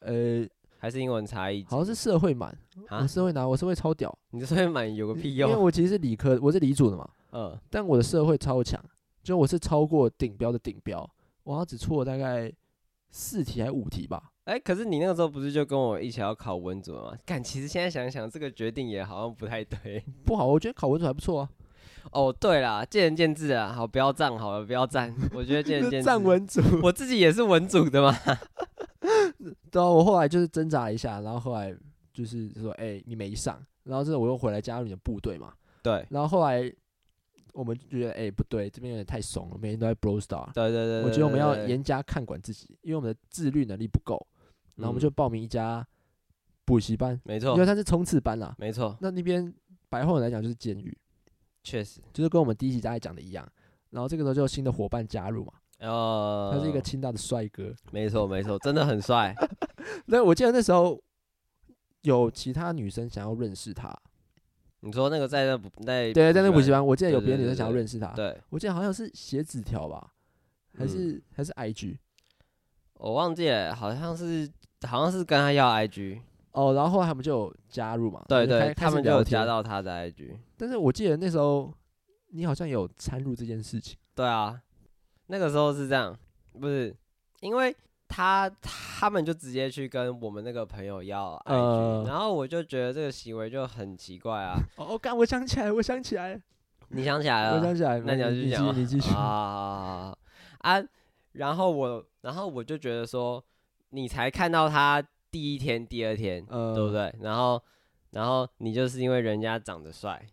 A: 呃，
B: 还是英文差异？
A: 好像是社会满，
B: 啊
A: 我，社会拿我社会超屌，
B: 你这边满有个屁
A: 因为
B: 用？
A: 我其实是理科，我是理组的嘛，
B: 嗯，
A: 但我的社会超强，就我是超过顶标的顶标，我好像只错大概四题还五题吧。
B: 哎、可是你那个时候不是就跟我一起要考文组了吗？但其实现在想想，这个决定也好像不太对。
A: 不好，我觉得考文组还不错啊。
B: 哦，对啦，见仁见智啊，好，不要站好了，不要站。我觉得
A: [laughs]
B: 见仁见智。
A: 站，文组，
B: [laughs] 我自己也是文组的嘛。
A: 对啊，我后来就是挣扎了一下，然后后来就是说，哎、你没上，然后这我又回来加入你的部队嘛，
B: 对，
A: 然后后来我们就觉得，哎、不对，这边有点太怂了，每天都在 bro star，
B: 对对对对
A: 我觉得我们要
B: 对对
A: 严加看管自己，因为我们的自律能力不够，然后我们
B: 嗯哦
A: 就报名一家补习班，
B: 没
A: 因
B: 错
A: 为，它是冲刺班啦、
B: 没错，
A: 那那边白话文来讲就是监狱，
B: 确实，
A: 就是跟我们第一集大概讲的一样。然后这个时候就有新的伙伴加入嘛，
B: 呃，
A: 他是一个，清大的帅哥。
B: 没错没错，真的很帅。
A: 那我记得那时候有其他女生想要认识他，
B: 你说那个在那补在
A: 对，在那个补习
B: 班，
A: 班，我记得有
B: 对对
A: 别的女
B: 对
A: 生想要
B: 对
A: 认识他。
B: 对嗯
A: 我记得好像是写纸条吧，还是、还是 IG
B: 我忘记了，好像是好像是跟他要 IG，
A: 哦。然后后来他们就有加入嘛，然
B: 对
A: 后就
B: 对，
A: 哦开
B: 他们
A: 开始
B: 就有
A: 聊天
B: 加。到他的 IG，
A: 但是我记得那时候你好像有参入这件事情，
B: 对啊，那个时候是这样，不是因为他他们就直接去跟我们那个朋友要 IG，、
A: 呃
B: 然后我就觉得这个行为就很奇怪
A: [laughs]
B: 啊。
A: 哦，干，我想起来，我想起来了，
B: 你想起来了？
A: [laughs] 我想起来了，
B: 哎那你要
A: 你
B: 去讲吗
A: 继续你继续，
B: 啊啊！然后我，然后我就觉得说，你才看到他第一天、第二天，
A: 呃，
B: 对不？对？然后，然后你就是因为人家长得帅，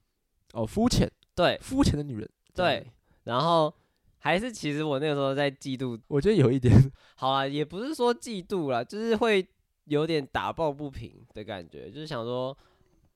A: 哦，肤浅，
B: 对
A: 肤浅的女人，这样
B: 哎对，然后还是其实我那个时候在嫉妒，
A: 我觉得有一点，
B: 好啦，也不是说嫉妒啦，就是会有点打抱不平的感觉，就是想说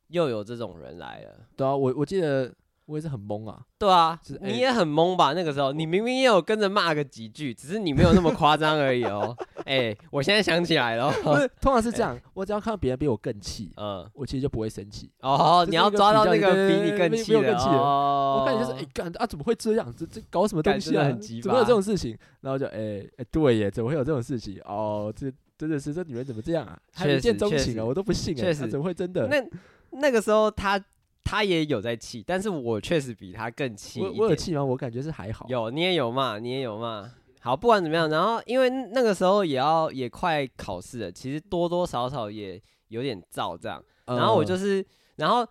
B: 又有这种人来了。
A: 对啊，我我记得我也是很懵啊，
B: 对啊
A: 是，哎
B: 你也很懵吧？那个时候，你明明也有跟着骂个几句，只是你没有那么夸张而已哦。哎，我现在想起来了
A: 不
B: 哦，
A: 是，通常是这样，我只要看到别人比我更气，
B: 嗯，
A: 我其实就不会生气，
B: 哦，
A: 这
B: 你
A: 是
B: 要
A: 一个
B: 抓
A: 比
B: 到
A: 较
B: 那个
A: 对
B: 比
A: 对
B: 你
A: 对
B: 更
A: 比
B: 气
A: 我
B: 的
A: 更气的
B: 哦。
A: 我看你就是哎干啊，怎么会这样？这这搞什么
B: 干
A: 东西
B: 真的
A: 啊？
B: 很鸡
A: 怎么会有
B: 巴
A: 这种事情？然后就哎哎，对耶，怎么会有这种事情？哦，这真的是这女人怎么这样啊？还
B: 确
A: 一见
B: 实
A: 钟
B: 确
A: 情
B: 实
A: 啊，我都不信哎，
B: 确
A: 啊
B: 实
A: 怎么会真的？
B: 那那个时候他他也有在气，但是我确实比他更气一
A: 我
B: 点。
A: 我有气吗？我感觉是还好，嗯
B: 有，你也有骂，你也有骂。好，不管怎么样，然后因为那个时候也要也快考试了，其实多多少少也有点燥这样。
A: 呃
B: 然后我就是，然后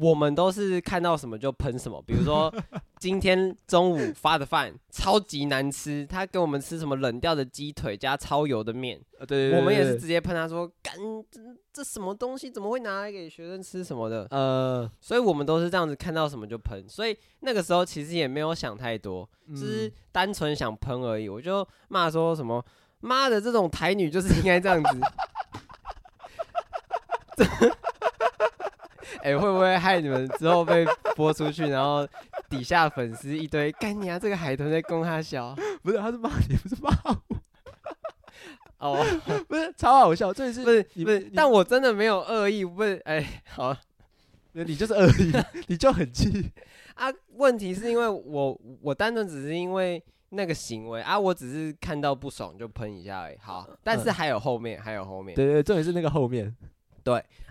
B: 我们都是看到什么就喷什么，比如
A: [laughs]
B: 说今天中午发的饭超级难吃，他给我们吃什么冷掉的鸡腿加超油的面，
A: 呃对，对
B: 我们也是
A: 对
B: 直接喷他说，干这这什么东西怎么会拿来给学生吃什么的？
A: 呃，
B: 所以我们都是这样子看到什么就喷，所以那个时候其实也没有想太多，就是
A: 嗯
B: 单纯想喷而已。我就骂说什么妈的，这种台 [laughs] 女就是应该这样子。哎、会不会害你们之后被播出去，然后底下粉丝一堆干你啊，这个海豚在攻他小
A: 不是，他是骂你，不是骂我，
B: 哦，
A: 不是超好笑。这是
B: 不是
A: 你
B: 不是
A: 你，
B: 但我真的没有恶意，不是哎、好
A: 你就是恶意， [laughs] 你就很
B: [laughs]
A: 气。
B: 啊，问题是因为我我单纯只是因为那个行为啊，我只是看到不爽就喷一下而已，好，但是
A: 嗯
B: 还有后面还有后面
A: 对对，重点是那个后面，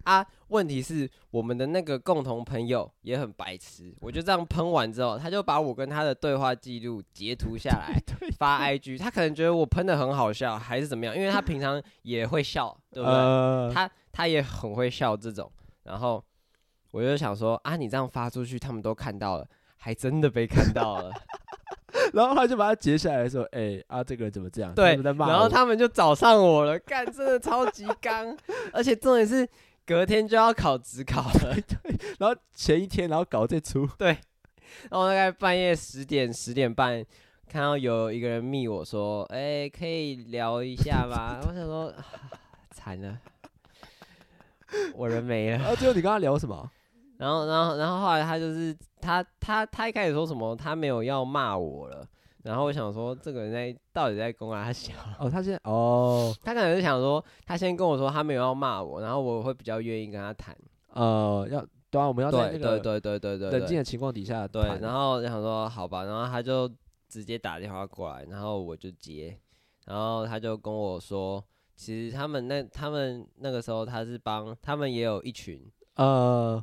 B: 啊，问题是我们的那个共同朋友也很白痴，我
A: 嗯
B: 就这样喷完之后，他就把我跟他的对话记录截图下
A: [laughs]
B: 来发 IG，他可能觉得我喷的很好笑还是怎么样，因为他平常也会笑，对不对？
A: 呃，
B: 他他也很会笑这种，然后我就想说啊，你这样发出去，他们都看到了，还真的被看
A: [laughs]
B: 到了，
A: 然后他就把他截下来说：“哎啊，这个人怎么这样？”
B: 对，
A: 他们在骂
B: 然后
A: 我
B: 他们就找上我了，干，真的超级刚，而且重点是隔天就要考职考了，
A: 然后前一天，然后搞这出，
B: 然后大概半夜十点十点半。看到有一个人密我说：“哎、可以聊一下吗？” [laughs] 我想说， [sighs] 啊惨、了，我人没了。
A: 然后最后你跟他聊什么？
B: 然后，然后，然后后来他就是他他他一开始说什么他没有要骂我了，然后我想说这个人在到底在攻他小， [laughs]
A: 哦，他现在哦，
B: 他可能是想说他先跟我说他没有要骂我，然后我会比较愿意跟他谈。
A: 呃，要对啊，我们要在
B: 对
A: 那
B: 对
A: 个
B: 对对对对
A: 冷静
B: 对，
A: 的情况底下
B: 对
A: 谈，
B: 然后我想说好吧，然后他就直接打电话过来，然后我就接，然后他就跟我说，其实他们那他们那个时候他是帮他们也有一群。
A: 呃，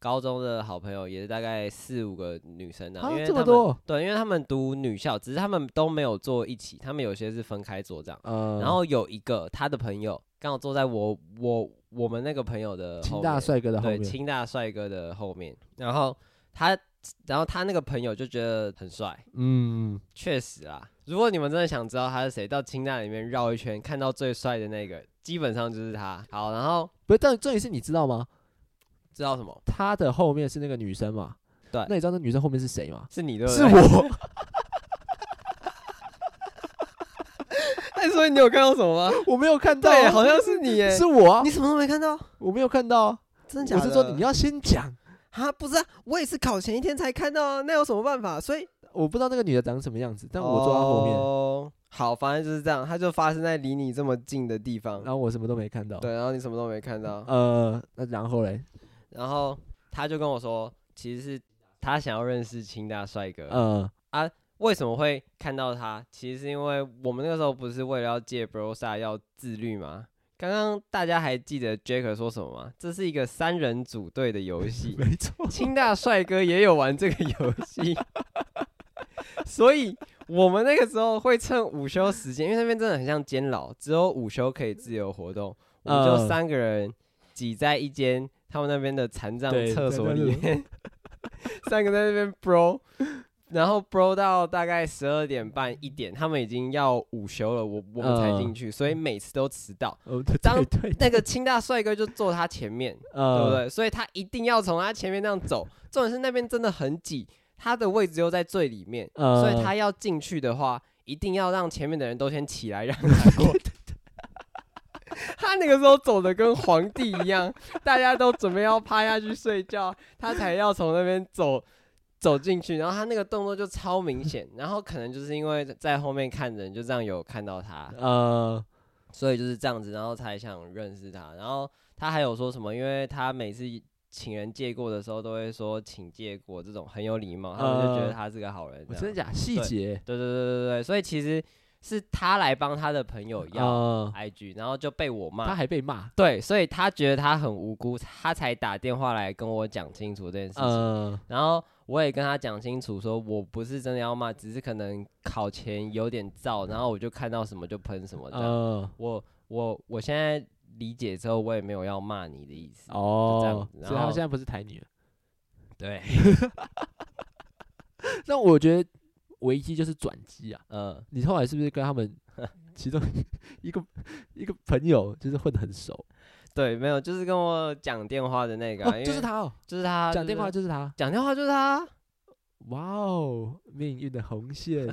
B: 高中的好朋友也是大概四五个女生啊，
A: 啊
B: 因为
A: 这么
B: 他们
A: 多
B: 对，因为他们读女校，只是他们都没有坐一起，他们有些是分开坐这样。
A: 呃，
B: 然后有一个他的朋友刚好坐在我我我们那个朋友的后
A: 清大
B: 面
A: 帅哥的后
B: 对
A: 面，
B: 清大帅哥的后面，然后他然后他那个朋友就觉得很帅，
A: 嗯，
B: 确实啊。如果你们真的想知道他是谁，到清大里面绕一圈，看到最帅的那个，基本上就是他。好，然后
A: 不是，但重点是你知道吗？
B: 知道什么？
A: 他的后面是那个女生嘛？
B: 对
A: 那你知道那女生后面是谁吗？
B: 是你对不
A: 是
B: 对？
A: 我，
B: [laughs] 哎，所以你有看到什
A: [laughs]
B: 么吗？
A: 我没有看到啊，
B: 对，好像是你耶。
A: 是我啊
B: 你，什么都没看到？
A: 我没有看到啊，
B: 真的假
A: 我
B: 的？
A: 是说你要先讲，
B: 啊，不是啊，我也是考前一天才看到啊，那有什么办法？所以
A: 我不知道那个女的长什么样子，但我坐她后面，
B: 哦，好，反正就是这样，它就发生在离你这么近的地方。
A: 然后我什么都没看到，
B: 对，然后你什么都没看到，
A: 呃，那然后嘞，
B: 然后他就跟我说，其实是他想要认识清大帅哥。
A: 呃，
B: 为什么会看到他？其实是因为我们那个时候不是为了要戒 Brosa 要自律吗？刚刚大家还记得 Jack 说什么吗？这是一个三人组队的游戏，
A: 没错，
B: 清大帅哥也有玩这个游戏， [laughs] 所以我们那个时候会趁午休时间，因为那边真的很像监牢，只有午休可以自由活动，我们就
A: 嗯
B: 三个人挤在一间他们那边的残障
A: 对
B: 厕所
A: 残障
B: 里
A: 厕所
B: 面， [laughs] 三个在那边 bro，然后 bro 到大概十二点半一点，他们已经要午休了，我我们才
A: 嗯
B: 进去，所以每次都迟到。
A: 哦，对
B: 当
A: 对对，
B: 那个清大帅哥就坐他前面，对不
A: 呃，
B: 对？所以他一定要从他前面那样走。重点是那边真的很挤，他的位置又在最里面，
A: 呃，
B: 所以他要进去的话，一定要让前面的人都先起来让他过。 [laughs] 他那个时候走的跟皇帝一样，大家都准备要趴下去睡觉，他才要从那边走走进去，然后他那个动作就超明显，然后可能就是因为在后面看人，就这样有看到他，
A: 呃，
B: 所以就是这样子，然后才想认识他。然后他还有说什么？因为他每次请人借过的时候，都会说请借过这种很有礼貌，他们就觉得
A: 呃
B: 他是个好人这
A: 我
B: 样。
A: 真的假细节，
B: 对对对对对，所以其实是他来帮他的朋友要
A: 呃，
B: IG，、然后就被我
A: 他
B: 骂。
A: 还被骂，
B: 对，所以他觉得他很无辜，他才打电话来跟我讲清楚这件事情。
A: 呃，
B: 然后我也跟他讲清楚，说我不是真的要骂，只是可能考前有点燥，然后我就看到什么就喷什么这样。
A: 呃，
B: 我我我现在理解之后，我也没有要骂你的意思。就这样
A: 哦
B: 子，然
A: 所以他
B: 后
A: 们现在不是台女了，
B: 对，
A: 那我觉得危机就是转机啊。
B: [laughs] 嗯，
A: 你后来是不是跟他
B: [laughs]
A: 们其中一个一个朋友就是混得很熟？
B: 对，没有，就是跟我讲电话的那个啊、
A: 哦，就是
B: 他，
A: 他哦，
B: 就是他
A: 讲电话
B: 就是
A: 就是他。
B: 讲电话就是他，
A: 哇哦，命运的红线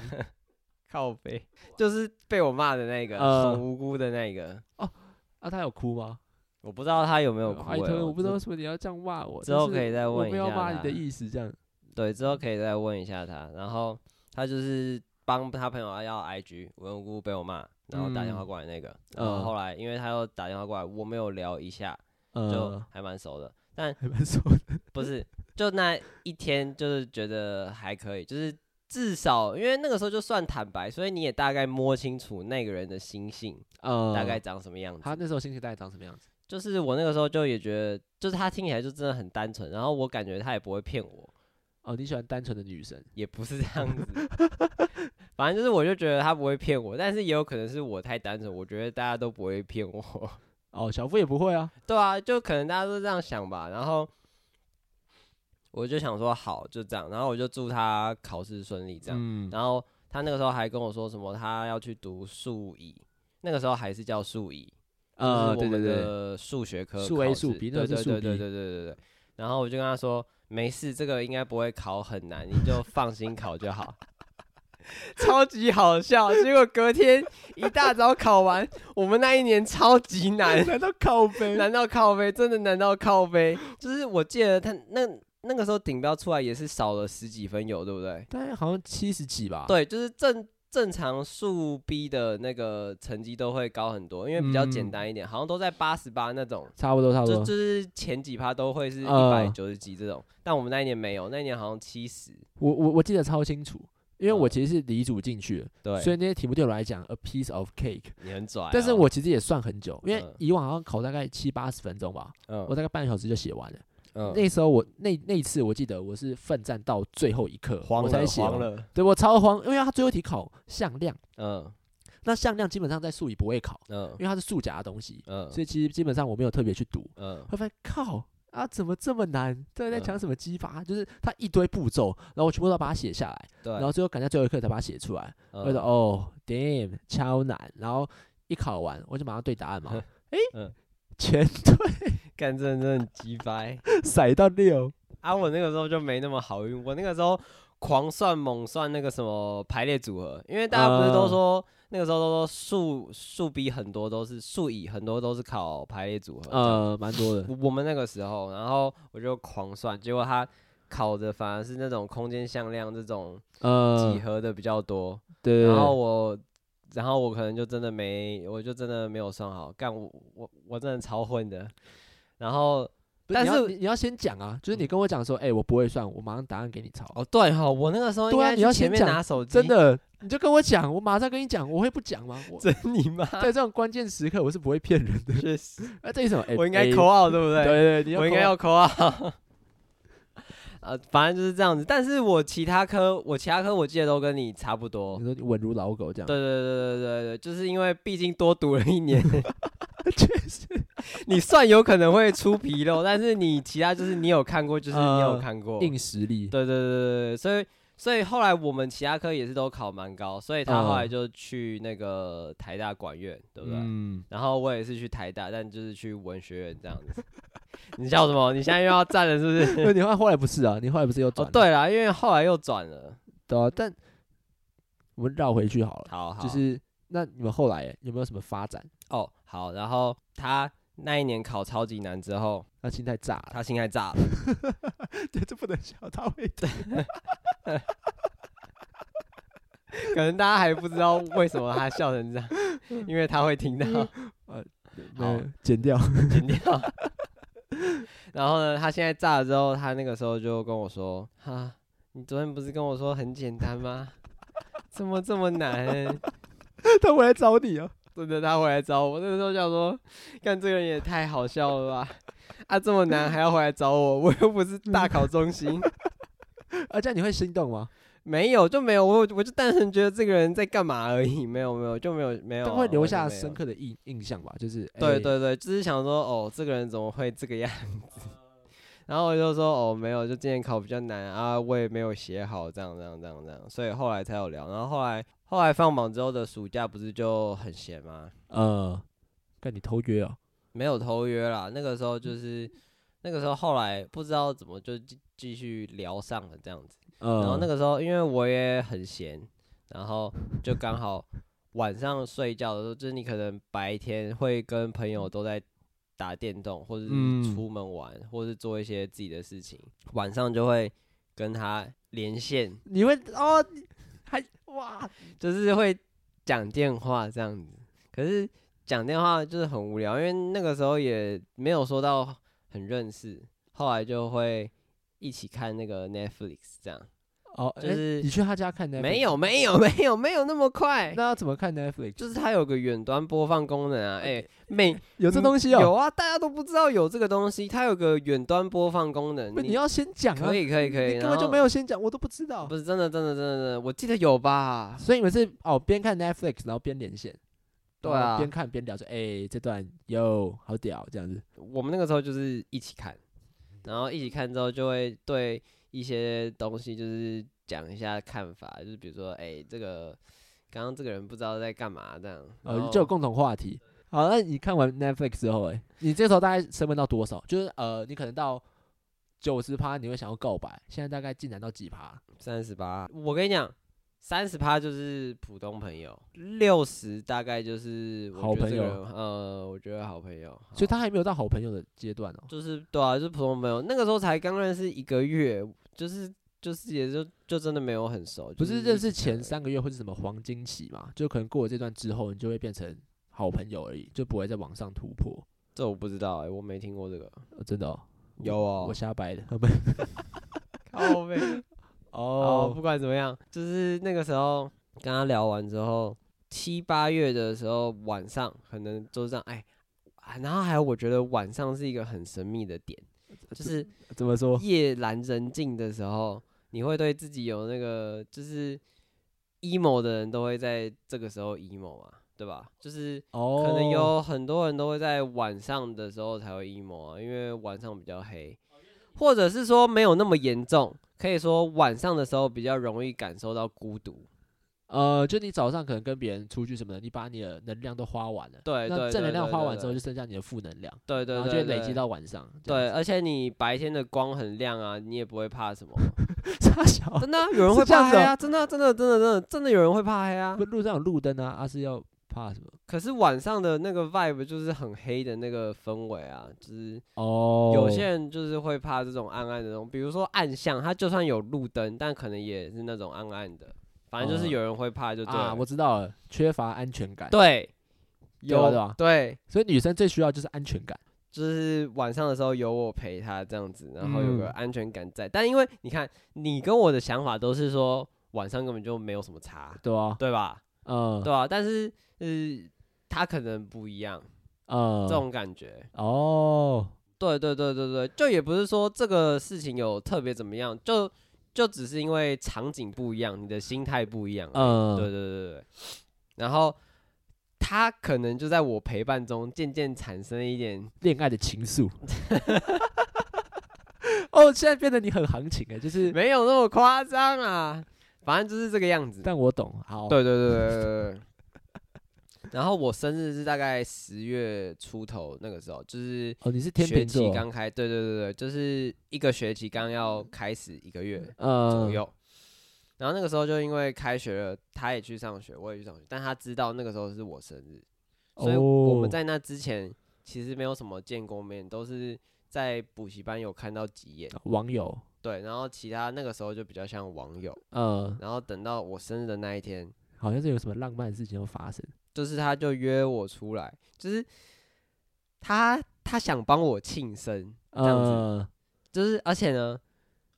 B: 靠背，就是被我骂的那个，
A: 呃
B: 很无辜的那个。
A: 啊！他有哭吗？
B: 我不知道他有没有哭、
A: 怀疑
B: 欸，
A: 同学，我不知道为
B: 之
A: 什么你要这样骂我。
B: 之
A: 但
B: 后
A: 是
B: 可以再
A: 我
B: 问一
A: 没有
B: 下
A: 骂你
B: 他
A: 的意思，这样。
B: 对，之后可以再问一下他。然后他就是帮他朋友啊要 IG，无缘无故被我骂，然后打电话
A: 嗯
B: 过来那个，然后
A: 嗯
B: 后来因为他又打电话过来，我们有聊一下，就
A: 呃，
B: 还蛮熟的。但
A: 还蛮熟的。
B: 不是，就那一天就是觉得还可以，就是至少因为那个时候就算坦白，所以你也大概摸清楚那个人的心性
A: 呃，
B: 大概长什么样子。
A: 他那时候心情大概长什么样子？
B: 就是我那个时候就也觉得，就是他听起来就真的很单纯，然后我感觉他也不会骗我，
A: 哦，你喜欢单纯的女生？
B: 也不是这样子。 [laughs] 反正就是我就觉得他不会骗我，但是也有可能是我太单纯，我觉得大家都不会骗我。 [laughs]
A: 哦，小夫也不会啊。
B: 对啊，就可能大家都这样想吧。然后我就想说好，就这样。然后我就祝他考试顺利，这样。
A: 嗯，
B: 然后他那个时候还跟我说什么，他要去读数乙，那个时候还是叫数乙，
A: 呃，
B: 就
A: 对
B: 是我们
A: 对对，
B: 的数学科
A: 数 A
B: 考
A: 数
B: 试
A: B 那个
B: 对对
A: 是
B: 对
A: 数
B: 对
A: B
B: 对对对对。然后我就跟他说，没事，这个应该不会考很难，你就放心考就好。 [laughs] 超级好笑，结果隔天一大早考完，我们那一年超级 [laughs] 难，
A: 难道靠背？
B: 难到靠背，真的难到靠背。就是我记得他那那个时候顶标出来也是少了十几分有，对不对？
A: 大概好像七十几吧。，
B: 对，就是正正常数 B 的那个成绩都会高很多，因为比较简
A: 嗯
B: 单一点，好像都在八十八那种。
A: 差不多差不
B: 就
A: 多。
B: 就是前几趴都会是一百
A: 呃
B: 九十几这种，但我们那一年没有，那一年好像七十，
A: 我我我记得超清楚，因为我
B: 嗯
A: 其实是离组进去的，
B: 对，
A: 所以那些题目对我来讲 a piece of cake。
B: 你很拽哦、
A: 但是我其实也算很久，因为
B: 嗯
A: 以往好像考大概七八十分钟吧，
B: 嗯，
A: 我大概半个小时就写完了。
B: 嗯
A: 那时候我那那一次我记得我是奋战到最后一刻，
B: 慌
A: 我
B: 了
A: 才写哦
B: 慌
A: 完。
B: 了，
A: 对我超慌，因为他最后一题考向量，
B: 嗯
A: 那向量基本上在数理不会考，
B: 嗯
A: 因为它是数甲的东西，
B: 嗯
A: 所以其实基本上我没有特别去读。
B: 嗯
A: 会发现靠啊，怎么这么难？这在
B: 嗯
A: 讲什么激发？就是它一堆步骤，然后我全部都把它写下来，
B: 对，
A: 然后最后赶在最后一刻才把它写出来。我就说
B: 嗯
A: 哦，damn，超难。然后一考完，我就马上对答案嘛。诶，
B: 嗯
A: 全对
B: 干真的真的很鸡掰
A: [laughs] 甩到六，
B: 啊！我那个时候就没那么好运，我那个时候狂算猛算那个什么排列组合，因为大家不是都
A: 啊
B: 说。那个时候都说数数 B 很多都是数乙很多都是考排列组合，
A: 呃，蛮多的。
B: 我我们那个时候，然后我就狂算，结果他考的反而是那种空间向量这种
A: 呃，
B: 几何的比较多，
A: 对对
B: 然后我。然后我可能就真的没，我就真的没有算好，干我我我真的超混的。然后
A: 对
B: 但
A: 你要
B: 是
A: 你你要先讲啊，就是你跟我讲说，哎、我不会算，我马上答案给你抄。
B: 哦对哈、我那个时候应
A: 对啊
B: 该
A: 你
B: 去
A: 要
B: 前
A: 先
B: 面
A: 讲
B: 拿手机，
A: 真的，你就跟我讲，我马上跟你讲，我会不讲吗？我
B: 真你妈！
A: 在这种关键时刻，我是不会骗人的。
B: 确实
A: 啊， [laughs] 这一首，哎
B: 我应该
A: 哎
B: 扣号对不
A: 对对，对你
B: 我应该
A: call
B: 要扣啊。呃，反正就是这样子。但是我其他科，我其他科我记得都跟你差不多
A: 你。说你稳如老狗这样，
B: 对对对对对对，就是因为毕竟多读了一年，
A: 确
B: 实，你算有可能会出纰漏，但是你其他就是你有看过，就是你有
A: 呃
B: 看过。
A: 硬实力。
B: 对对对对对，所以所以后来我们其他科也是都考蛮高，所以他后来
A: 嗯
B: 就去那个台大管院，对不对？
A: 嗯，
B: 然后我也是去台大，但就是去文学院这样子。 [laughs] 你笑什么？你现在又要站了是 [laughs] 不是？
A: 那你后后来不是啊？你后来不是又
B: 哦，
A: 转了？
B: 对啦，因为后来又转了。
A: 对啊，但我们绕回去好了，
B: 好好，
A: 就是那你们后来有没有什么发展？
B: 哦好，然后他那一年考超级难之后，
A: 那心态炸了，
B: 他心态炸 [laughs] 了。
A: [laughs] 对，这不能笑，他会对，
B: 可能大家还不知道为什么他笑成 [laughs] 这样，因为他会听到好
A: 嗯，剪掉， [laughs]
B: 剪掉。 [laughs] 然后呢，他现在炸了之后，他那个时候就跟我说：“哈，你昨天不是跟我说很简单吗？怎么这么难
A: 他回来找你啊，？”
B: 真的，他回来找我，那个时候想说， [laughs] 看这个人也太好笑了吧？ [laughs] 啊，这么难还要回来找我， [laughs] 我又不是大考中心，
A: [laughs] 嗯 [laughs] 啊，这样你会心动吗？
B: 没有就没有，我我就单纯觉得这个人在干嘛而已， [laughs] 没有没有就没有哦没有，
A: 但会留下
B: 刻。
A: 深刻的印印象吧，就是哎
B: 对，对对，就是想说哦，这个人怎么会这个样子？ [laughs] 然后我就说哦，没有，就今年考比较难啊，我也没有写好，这样这样这样这样，所以后来才有聊。然后后来后来放榜之后的暑假不是就很闲吗？
A: 哎呃，跟你偷约哦，
B: 没有头约啦，那个时候就是那个时候后来不知道怎么就继继续聊上了这样子。
A: 呃，
B: 然后那个时候因为我也很闲，然后就刚好晚上睡觉的时候，就是你可能白天会跟朋友都在打电动，或者是
A: 嗯
B: 出门玩，或是做一些自己的事情，晚上就会跟他连线，
A: 你会哦，还哇，
B: 就是会讲电话这样子。可是讲电话就是很无聊，因为那个时候也没有说到很认识，后来就会一起看那个 Netflix 这样。
A: 哦，
B: 就
A: 诶
B: 是
A: 你去他家看 Netflix，哎
B: 没有没有没有没有那么快，
A: 那要怎么看 Netflix？
B: 就是它有个远端播放功能啊，哎、每
A: [laughs] 有这东西
B: 有
A: 哦，
B: 啊，大家都不知道有这个东西，它有个远端播放功能，
A: 不你要先讲啊，
B: 可以可以可
A: 你
B: 以，
A: 根
B: 然
A: 本就
B: 后
A: 没，有先讲，我都不知道。
B: 不是真的真的真的真的，我记得有吧？
A: 所以你们是哦，边看 Netflix 然后边连线，
B: 对
A: 然后
B: 啊
A: 边看边聊，说哎、这段哟好屌这样子，
B: 我们那个时候就是一起看，
A: 嗯
B: 然后一起看之后就会对一些东西就是讲一下看法，就是比如说哎、这个刚刚这个人不知道在干嘛这样，然
A: 呃，
B: 后
A: 就有共同话题。好，那你看完 Netflix 之后、哎，你这时候大概升温到多少？就是呃，你可能到九十趴你会想要告白，现在大概进展到几趴？
B: 三十八，我跟你讲，三十趴就是普通朋友，六十大概就是我
A: 好
B: 觉得这
A: 朋
B: 个
A: 友啊
B: 人呃，我觉得好朋友，
A: 所以
B: 好
A: 他还没有到好朋友的阶段哦、
B: 就是对啊，就是普通朋友，那个时候才刚认识一个月，就是就是也就就真的没有很熟，
A: 不
B: 就是一
A: 认
B: 起
A: 识前
B: 看
A: 三个月或是什么黄金期嘛，就可能过了这段之后，你就会变成好朋友而已，就不会再往上突破。
B: 这我不知道哎、我没听过这个，
A: 呃真的哦、我
B: 有哦
A: 我瞎掰的， [laughs] 啊不
B: 靠背。 [laughs]
A: 哦
B: 哦，不管怎么样，就是那个时候跟他聊完之后，七八月的时候晚上可能就是这样，哎，啊然后还有我觉得晚上是一个很神秘的点，就是
A: 怎么说？
B: 夜阑人静的时候，你会对自己有那个就是 emo 的人都会在这个时候 emo 嘛，对吧？就是
A: 哦，
B: 可能有很多人都会在晚上的时候才会 emo 啊，因为晚上比较黑，或者是说没有那么严重，可以说晚上的时候比较容易感受到孤独。
A: 呃，就你早上可能跟别人出去什么的，你把你的能量都花完了，
B: 对
A: 那
B: 对，
A: 正
B: 对
A: 能量
B: 对
A: 花
B: 对
A: 完之后，
B: 对
A: 就剩下你的负能量，
B: 对对
A: 然后
B: 对，
A: 就会累积
B: 对。
A: 到晚上。
B: 对，而且你白天的光很亮啊，你也不会怕 [laughs] 什么。
A: 傻小，
B: 真的啊、有人
A: 是
B: 会
A: 这样
B: 怕
A: 子
B: 黑
A: 哦
B: 啊！真的啊、真的，真的，真的，真的有人会怕黑啊
A: 不！路上有路灯啊，啊是要怕什么？
B: 可是晚上的那个 vibe 就是很黑的那个氛围啊，就是
A: 哦，
B: 有些人就是会怕这种暗暗的东西，比如说暗巷，它就算有路灯，但可能也是那种暗暗的。反正就是
A: 嗯
B: 有人会怕，就对了、
A: 啊，我知道了，缺乏安全感。
B: 对
A: 对啊吧对啊
B: 有
A: 吧
B: 对，
A: 所以女生最需要就是安全感。
B: 就是晚上的时候有我陪他这样子，然后有个
A: 嗯
B: 安全感在。但因为你看，你跟我的想法都是说晚上根本就没有什么差，
A: 对啊，
B: 对吧？
A: 嗯，
B: 对啊吧？但是呃，他可能不一样，
A: 嗯，
B: 这种感觉。
A: 哦，
B: 对对对对对，就也不是说这个事情有特别怎么样，就就只是因为场景不一样，你的心态不一样。啊
A: 嗯，
B: 对对对对对。然后他可能就在我陪伴中渐渐产生一点，
A: 恋爱的情
B: [laughs]
A: 愫。哦，现在变得你很行情哎，就是，
B: 没有那么夸张啊，反正就是这个样子。
A: 但我懂，好，
B: 对对对对对对对。然后我生日是大概十月出头那个时候，就是
A: 哦，你是天
B: 学
A: 秤
B: 期
A: 座，
B: 刚开，对对对对，就是一个学期刚要开始一个月，左
A: 嗯，
B: 右。然后那个时候就因为开学了，他也去上学，我也去上学，但他知道那个时候是我生日，所以我
A: 哦
B: 们在那之前其实没有什么见过面，都是在补习班有看到几眼，
A: 网友，
B: 对。然后其他那个时候就比较像网友，
A: 嗯，
B: 然后等到我生日的那一天，
A: 好像是有什么浪漫的事情要发生。
B: 就是他就约我出来，就是他他想帮我庆生，这样子
A: 嗯，
B: 就是而且呢，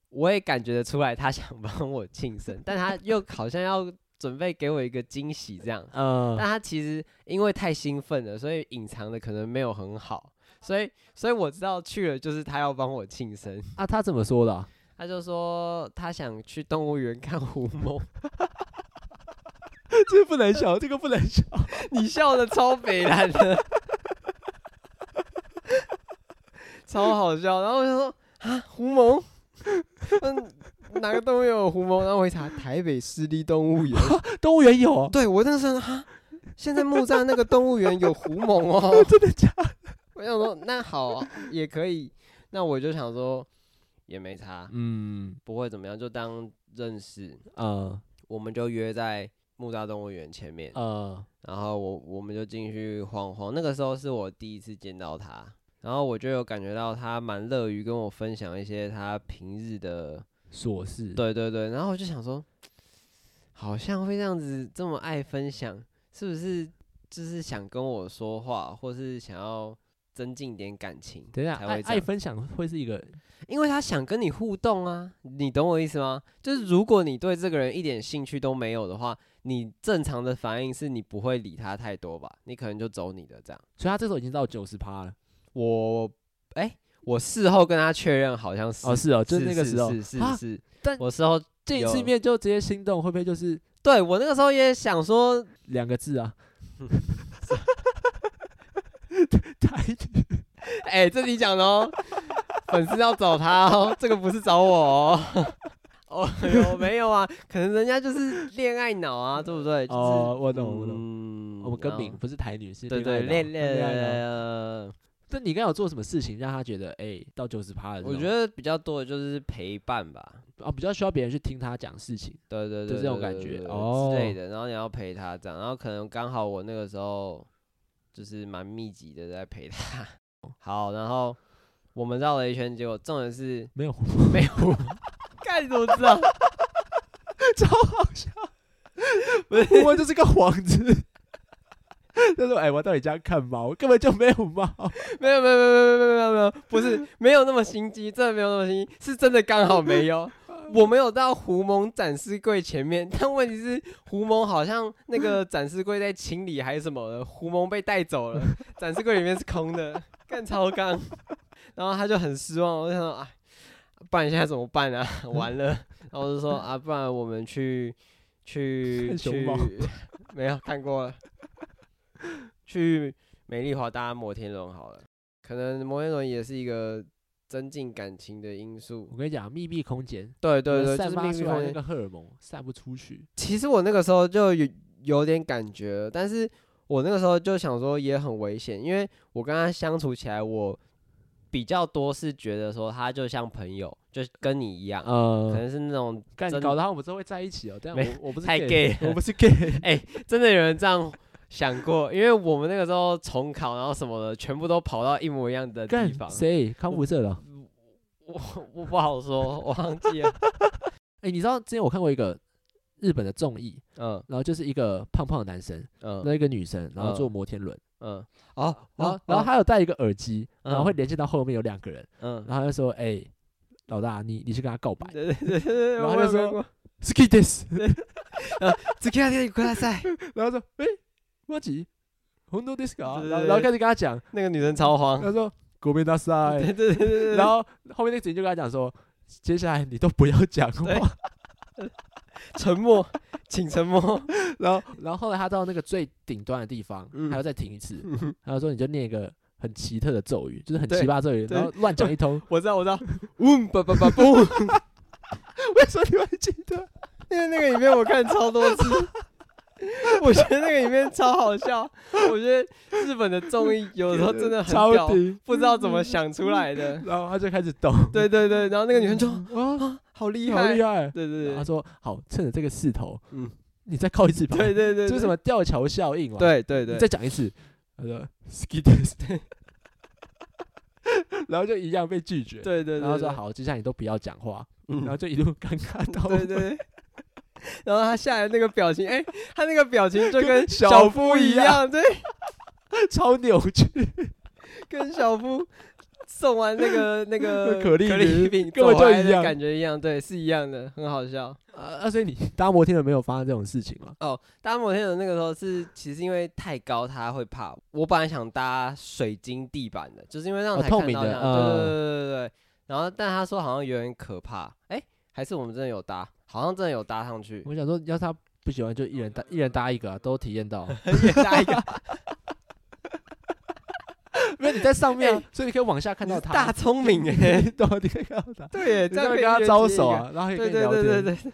B: 我也感觉得出来他想帮我庆生，但他又好像要准备给我一个惊喜这样。但
A: 嗯，
B: 他其实因为太兴奋了，所以隐藏的可能没有很好，所以所以我知道去了就是他要帮我庆生，
A: 啊，他怎么说的啊？
B: 他就说他想去动物园看狐 [laughs] 獴，
A: 这个不能笑，这个不能笑。
B: 你笑 [laughs] 的超北蓝 [laughs] 的，超好笑。然后我就说啊，狐獴，嗯，哪个动物园有狐獴？然后我一查，台北市立动 [laughs] 物园。
A: 动物园有哦，
B: 对我那时候啊，现在木栅那个动物园有狐獴哦， [laughs] 真的假的？我想说，那好啊也可以，那我就想说也没差，
A: 嗯，
B: 不会怎么样，就当认识，
A: 呃，
B: 我们就约在木栅动物园前面。
A: 呃，
B: 然后我我们就进去晃晃。那个时候是我第一次见到他，然后我就有感觉到他蛮乐于跟我分享一些他平日的，
A: 琐事，，
B: 对对对，然后我就想说，好像会这样子这么爱分享，是不是就是想跟我说话，或是想要增进一点感情？
A: 等一下，
B: 才
A: 爱
B: 会这
A: 爱
B: 样，
A: 分享会是一个
B: 因为他想跟你互动啊，你懂我意思吗？就是如果你对这个人一点兴趣都没有的话，你正常的反应是你不会理他太多吧，你可能就走你的这样。
A: 所以他这时候已经到九十趴了。
B: 我哎、我事后跟他确认好像是
A: 哦，是哦，就是那个
B: 是
A: 时候
B: 是是
A: 啊
B: 是，
A: 但
B: 我事后
A: 见一次
B: 有
A: 面就直接心动，会不会就是
B: 对我那个时候也想说，
A: 两个字啊？ [laughs] 台语
B: 哎、这你讲
A: [laughs]
B: 的哦，粉丝要找他哦，这个不是找我
A: [laughs]
B: 哦。哦，有没有啊？可能人家就是恋爱脑啊，对不对？就是、
A: 哦，我懂我懂，
B: 嗯
A: 我们更
B: 然
A: 名
B: 后
A: 不是台女是
B: 对
A: 爱
B: 对
A: 脑
B: 恋呃
A: 恋爱脑。
B: 恋，
A: 但啊你刚有做什么事情让他觉得哎到九十趴了这种？
B: 我觉得比较多的就是陪伴吧。
A: 啊比较需要别人去听他讲事情。
B: 对对
A: 就
B: 对，
A: 这种
B: 对
A: 感
B: 对
A: 觉
B: 对
A: 哦
B: 之类的。然后你要陪他这样，然后可能刚好我那个时候就是蛮密集的在陪他。 [laughs] 好，然后我们绕了一圈，结果重点是 [laughs]
A: 没有，
B: 没有。看你怎么知道？
A: 我就是个幌子。 [laughs] 他说：“哎、我到你家看猫，根本就没有猫。
B: [laughs] 没有没有没有没有没有没有没有，不是没有那么心机，真的没有那么心机，是真的刚好没有。我没有到胡蒙展示柜前面，但问题是胡蒙好像那个展示柜在清理还是什么的，胡蒙被带走了， [laughs] 展示柜里面是空的，更超纲。然后他就很失望，我就想说，哎，不然现在怎么办啊？ [laughs] 完了。然后我就说啊，不然我们去去
A: 看熊
B: 去
A: 猫，
B: [laughs] 没有看过了，去美丽华搭摩天轮好了。可能摩天轮也是一个增进感情的因素
A: [laughs] 我。跟你讲，秘密空间，
B: 对对对，就
A: 散
B: 是
A: 发
B: 秘密
A: 出来
B: 空
A: 那
B: 间。
A: 个荷尔蒙散不出去。
B: 其实我那个时候就有有点感觉了，但是我那个时候就想说也很危险，因为我跟他相处起来，我比较多是觉得说他就像朋友，就跟你一样，可
A: 呃，
B: 能是那种
A: 干
B: 真
A: 搞得好像我们之后会在一起哦。但
B: 没
A: 我我不是
B: 太
A: gay，
B: gay 了
A: 我不是
B: [laughs]
A: gay。
B: 哎真的有人这样想过，因为我们那个时候重考，然后什么的，全部都跑到一模一样的地
A: 干
B: 方。
A: 谁？康复社的哦。
B: 我我不好说，我忘记了。
A: 哎、你知道之前我看过一个日本的综艺，
B: [laughs] 嗯
A: 然后就是一个胖胖的男生，
B: 嗯
A: 那一个女生，然后
B: 嗯
A: 坐摩天轮，
B: 嗯，哦，
A: 然后
B: 哦
A: 然后他有戴一个耳机，然后
B: 嗯
A: 会连接到后面有两个人，
B: 嗯，
A: 然后他就说：“哎、老大，你你去跟他告白
B: [laughs] 对对对对对，
A: 然后
B: 我
A: 就
B: 有
A: 说
B: 看过
A: ，ski this。”
B: 只看到你过来赛，
A: 然后说：“哎、マジ本当ですか？”
B: [laughs] 对
A: 然后
B: 对
A: 然后
B: 对
A: 开始跟他讲，
B: [laughs] 那个女生超慌。
A: 他说：“ごめんなさい。
B: [laughs] 对对对对”对，
A: 然后后面那个姐姐就跟他讲说：“接下来你都不要讲话。
B: [laughs] 对沉默，请沉默。” [laughs]
A: 然后然后后来他到那个最顶端的地方，
B: 嗯
A: 还要再停一
B: [laughs]
A: 次，他就说：“你就念一个很奇特的咒语，就是很
B: 对
A: 奇葩咒语，
B: 对
A: 然后乱讲一
B: [laughs]
A: 通。
B: 我知道，我知道。嗯，不不不不，
A: 为什么你会记得？
B: [laughs] 因为那个影片我看超多次， [laughs] 我觉得那个影片超好笑。我觉得日本的综艺有时候真的很
A: [laughs]
B: 屌
A: 超，顶。
B: 不知
A: [laughs]
B: 道怎么想出来的。
A: 然后他就开始抖，
B: 对对对，然后那个女生就
A: 啊，
B: 好厉
A: 好
B: 害，
A: 厉害！啊
B: 对对
A: 然后他
B: 对
A: 说：“好，趁着这个势头，
B: 嗯
A: 你再靠一次吧。”
B: 对对对，
A: 就是什么吊桥效应嘛。
B: 对？对
A: 你
B: 对
A: 再
B: 对，
A: 讲一次，他说 ski test，然后就一样被拒绝。
B: 对对，
A: 然后说
B: 对，
A: 好，接下来你都不要讲话，
B: 嗯
A: 然后就一路尴尬到
B: 对对对。 [laughs] 然后他下来那个表情，哎，他那个表情就跟
A: 跟小
B: 小
A: 夫
B: 夫
A: 一
B: 一样，对，
A: [laughs] 超扭曲，
B: 跟小夫送完那个 [laughs] 那个
A: 可丽
B: 可丽
A: 饼
B: 饼
A: 根本
B: 走回
A: 就
B: 来
A: 一
B: 的
A: 样
B: 感觉一样，对，是一样的，很好笑。
A: 啊啊！所以你搭摩天轮没有发生这种事情吗？
B: 哦，搭摩天轮那个时候是，其实因为太高，他会怕。我本来想搭水晶地板的，就是因为那样
A: 哦
B: 才
A: 透
B: 看
A: 明
B: 到
A: 的
B: 这样对对对对对对。然后，但他说好像有点可怕，哎、还是我们真的有搭，好像真的有搭上去，
A: 我想说，要是他不喜欢，就一人搭一人搭一个啊，都体验到。
B: 也搭一 [laughs] 个
A: [laughs] 没有你在上面 [laughs] 啊
B: 哎，
A: 所以你可以往下看到
B: 大
A: 他，
B: 聪明
A: [laughs]
B: 哎、
A: 你懂吗？你可以看到他，
B: 对耶，
A: 你
B: 这
A: 这
B: 样
A: 样
B: [laughs] 可以
A: 跟他
B: 约
A: 招
B: 接一
A: 手
B: 个
A: 啊，然后也
B: 对
A: 跟你
B: 对
A: 聊
B: 对对
A: 天，
B: 对，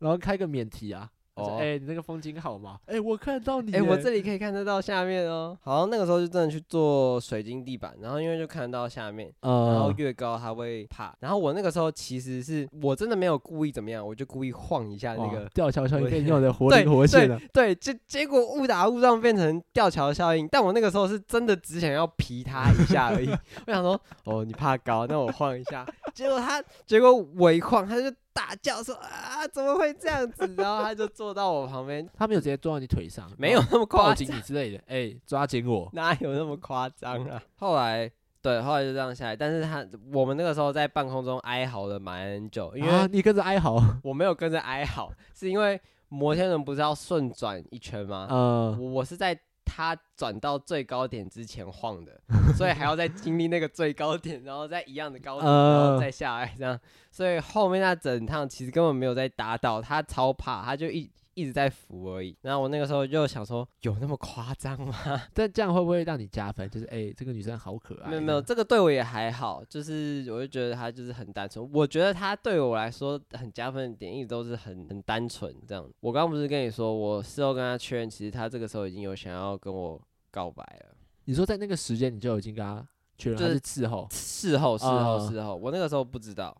A: 然后开个免提啊，他说
B: 哦
A: 哎、你那个风景好吗？哎、我看到你
B: 哎、
A: 耶，
B: 我这里可以看得到下面哦。好，那个时候就真的去做水晶地板，然后因为就看得到下面，然后
A: 呃，
B: 越高它会怕。然后我那个时候其实是我真的没有故意怎么样，我就故意晃一下那
A: 哇
B: 个。
A: 吊桥效应
B: 我
A: 被 [laughs] 用的活
B: 对
A: 灵活现了
B: 对， [laughs] 对，结结果误打误撞变成吊桥效应，但我那个时候是真的只想要皮它一下 [laughs] 而已。我想说，哦，你怕高，那我晃一下。结果他，结果我一晃，他就大叫说啊，怎么会这样子？然后他就坐到我旁边，
A: 他没有直接撞到你腿上，
B: 没有
A: 然后
B: 那么
A: 抱
B: 嗯夸
A: 紧
B: 张，
A: 你之类的，哎、抓紧 [laughs] 我，
B: 哪有那么夸张啊？后来。对，后来就这样下来，但是他我们那个时候在半空中哀嚎了蛮久，因为
A: 啊，你跟着哀嚎，
B: 我没有跟着哀嚎，是因为摩天轮不是要顺转一圈吗？
A: 呃，
B: 我我是在它转到最高点之前晃的，所以还要再经历那个最高点，然后再一样的高度，然后
A: 呃
B: 再下来这样。所以后面那整趟其实根本没有在打倒，他超怕，他就一一直在扶而已。然后我那个时候就想说，有那么夸张吗？
A: 但这样会不会让你加分？就是哎、这个女生好可爱，
B: 没有没有，，这个对我也还好，就是我就觉得他就是很单纯。我觉得他对我来说很加分的点，一直都是很很单纯这样。我刚刚不是跟你说，我事后跟他确认，其实他这个时候已经有想要跟我告白了。
A: 你说在那个时间你就已经跟她确认，
B: 就
A: 她是
B: 是
A: 伺候，
B: 事后事后
A: 嗯
B: 事后，我那个时候不知道，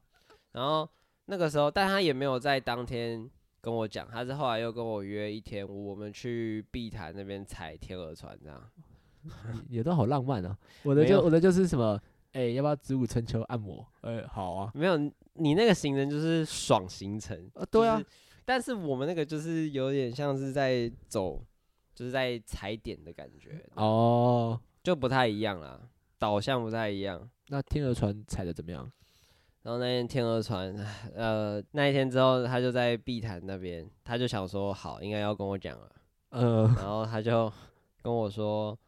B: 然后那个时候，但他也没有在当天跟我讲，他是后来又跟我约一天，我们去碧潭那边采天鹅船这样。
A: 你也都好浪漫啊。 [laughs] 我的
B: 没
A: 就
B: 有
A: 我的就是什么，哎、要不要植物春秋按摩？哎、好啊，
B: 没有，你那个行程就是爽行程，
A: 啊对啊
B: 就是，但是我们那个就是有点像是在走，就是在踩点的感觉，
A: 哦，
B: 就不太一样啦，导向不太一样。
A: 那天鹅船踩的怎么样？
B: 然后那天天鹅船，呃，那一天之后，他就在碧潭那边，他就想说好，应该要跟我讲了，
A: 呃，
B: 然后他就跟我说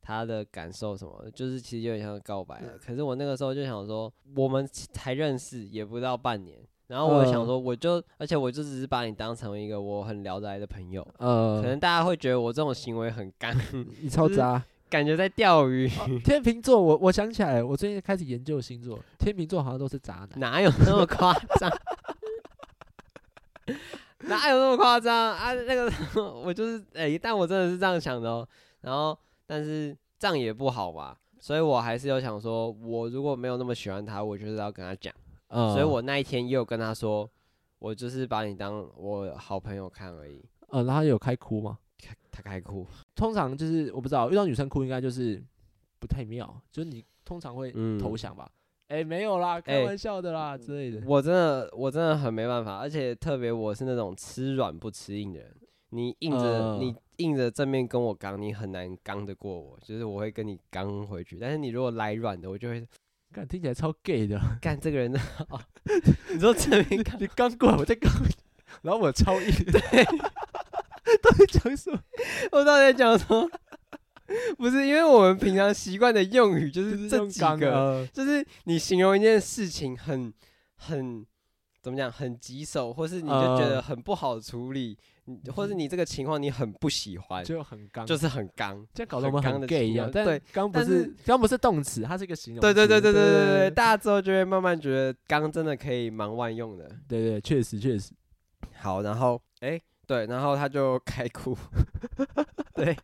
B: 他的感受什么，就是其实有点像告白
A: 嗯
B: 了。可是我那个时候就想说，我们才认识也不到半年，然后我想
A: 嗯
B: 说，我就而且我就只是把你当成一个我很聊得来的朋友，可
A: 呃，嗯
B: 能大家会觉得我这种行为很干， [laughs]
A: 你超
B: 就是
A: 渣。
B: 感觉在钓鱼，
A: 天秤座，我我想起来了，我最近开始研究星座，天秤座好像都是渣男。
B: [laughs] 哪有那么夸张？ [laughs] 哪有那么夸张啊？那个 [laughs] 我就是哎、但我真的是这样想的哦。然后，但是这样也不好吧，所以我还是有想说，我如果没有那么喜欢他，我就是要跟他讲。
A: 呃，
B: 所以我那一天也有跟他说，我就是把你当我好朋友看而已。
A: 呃，然后有开哭嘛？
B: 他他开哭，
A: 通常就是我不知道，遇到女生哭应该就是不太妙，就是你通常会
B: 嗯
A: 投降吧？哎、没有啦，开
B: 哎
A: 玩笑的啦、之类的。
B: 我真的我真的很没办法，而且特别我是那种吃软不吃硬的人，你硬着、
A: 呃
B: 你硬着正面跟我刚，你很难刚得过我，就是我会跟你刚回去。但是你如果来软的，我就会
A: 看听起来超 gay 的，
B: 干这个
A: [laughs]
B: 人的、哦， [laughs] 你说正面刚，
A: 你刚过来我在刚，然后我超
B: [laughs]
A: 硬，对， [laughs] 到底讲什么？
B: 我到底在讲什么？不是因为我们平常习惯的用语就是这
A: 用
B: 几
A: 刚
B: 个，
A: 的，嗯
B: 就是你形容一件事情很很怎么讲，很棘手，或是你就觉
A: 呃
B: 得很不好处理，你或
A: 嗯
B: 是你这个情况你很不喜
A: [laughs]
B: 欢，
A: 就很刚，
B: 就是很刚。
A: 这样搞得我们
B: 很
A: 很
B: 刚的
A: gay 一
B: 形
A: 样
B: 容，
A: 但
B: 对，
A: 刚不
B: 但
A: 是
B: 是
A: 刚不是动词，它是一个形容
B: 对
A: 词。
B: 对对对对对对对，
A: 对
B: 大家之后就会慢慢觉得刚真的可以蛮万用的。
A: 对对，确实确实，
B: 好，然后哎、对，然后他就开哭， [laughs] 对，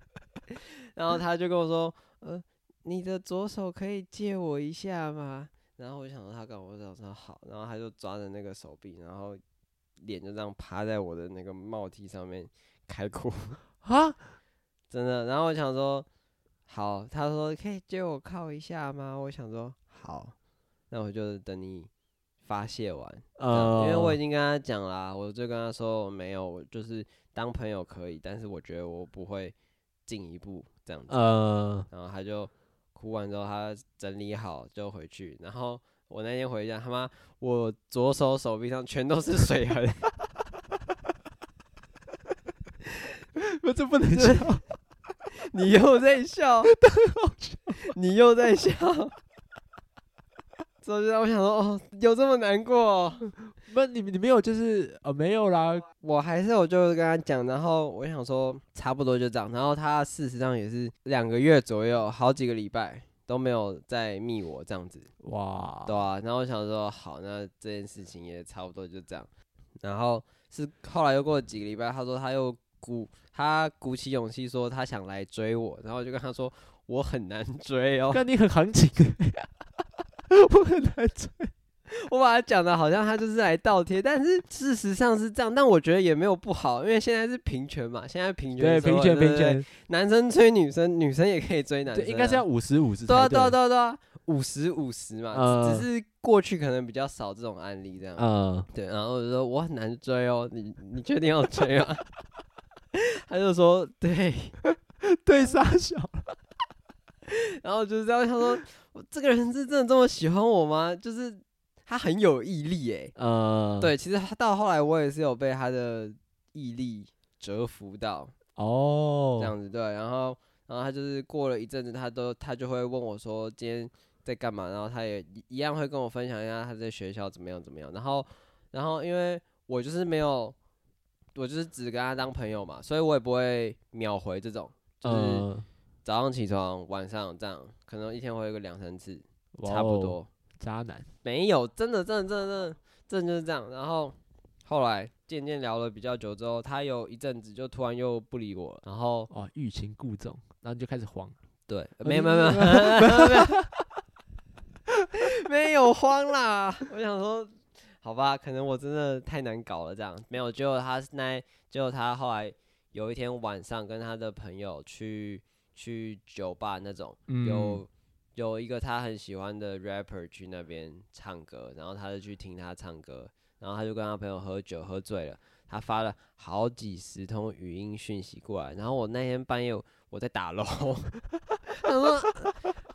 B: 然后他就跟我说，呃，你的左手可以借我一下吗？然后我就想说他干嘛，我就想说好，然后他就抓着那个手臂，然后脸就这样趴在我的那个帽 T 上面开哭，
A: 啊，
B: [laughs] 真的。然后我想说，好，他说可以借我靠一下吗？我想说好，那我就等你发泄完，
A: 呃，
B: 因为我已经跟他讲啦，我就跟他说我没有，我就是当朋友可以，但是我觉得我不会进一步这样子。
A: 呃，
B: 然后他就哭完之后，他整理好就回去。然后我那天回家，他妈我左手手臂上全都是水痕，
A: [laughs] 我这不能
B: [laughs]
A: 笑，
B: 你又在
A: [laughs]
B: 笑， [laughs] 你又在笑。 [laughs] 之后就让我想说，哦，有这么难过哦、
A: 不，你你没有就是呃没有啦，
B: 我还是我就跟他讲，然后我想说差不多就这样，然后他事实上也是两个月左右，好几个礼拜都没有再密我这样子，
A: 哇
B: 对，啊，然后我想说好，那这件事情也差不多就这样，然后是后来又过了几个礼拜，他说他又鼓他鼓起勇气说他想来追我，然后我就跟他说我很难追哦，
A: 看你很行情，我很难追。
B: 我把他讲的好像他就是来倒贴，但是事实上是这样，但我觉得也没有不好，因为现在是平权嘛，现在平
A: 对，
B: 权社
A: 平
B: 会
A: 权
B: 对
A: 平
B: 不对
A: 权，
B: 男生追女生，女生也可以追男生、
A: 对，
B: 啊，
A: 应该是要五十五十。
B: 对啊对啊对啊对啊，五十五十嘛，
A: 呃
B: 只是过去可能比较少这种案例这样。
A: 嗯，
B: 对，然后我就说我很难追哦，你你确定要追吗？ [laughs] 他就说对，
A: [laughs] 对傻小，
B: [laughs] 然后就是这样，他说我这个人是真的这么喜欢我吗？就是他很有毅力诶。
A: 嗯，，
B: 对，其实他到后来我也是有被他的毅力折服到
A: 哦，
B: 这样子，对，然后然后他就是过了一阵子，他都他就会问我说今天在干嘛，然后他也一一样会跟我分享一下他在学校怎么样怎么样，然后然后因为我就是没有，我就是只跟他当朋友嘛，所以我也不会秒回这种，就是
A: 嗯，
B: 早上起床晚上这样，可能一天会有个两三次，
A: 哇
B: 差不
A: 哦
B: 多。
A: 渣男，
B: 没有，真的，真的，真的，真的，真的就是这样。然后后来渐渐聊了比较久之后，他有一阵子就突然又不理我了。然后
A: 哦，欲擒故纵，然后你就开始慌。
B: 对，没有，没有，没有，没有，没有，没有慌啦。我想说，好吧，可能我真的太难搞了，这样没有。结果他那，结果他后来有一天晚上跟他的朋友去去酒吧那种。
A: 嗯
B: 有有一个他很喜欢的 rapper 去那边唱歌，然后他就去听他唱歌，然后他就跟他朋友喝酒，喝醉了，他发了好几十通语音讯息过来，然后我那天半夜我在打 l 他说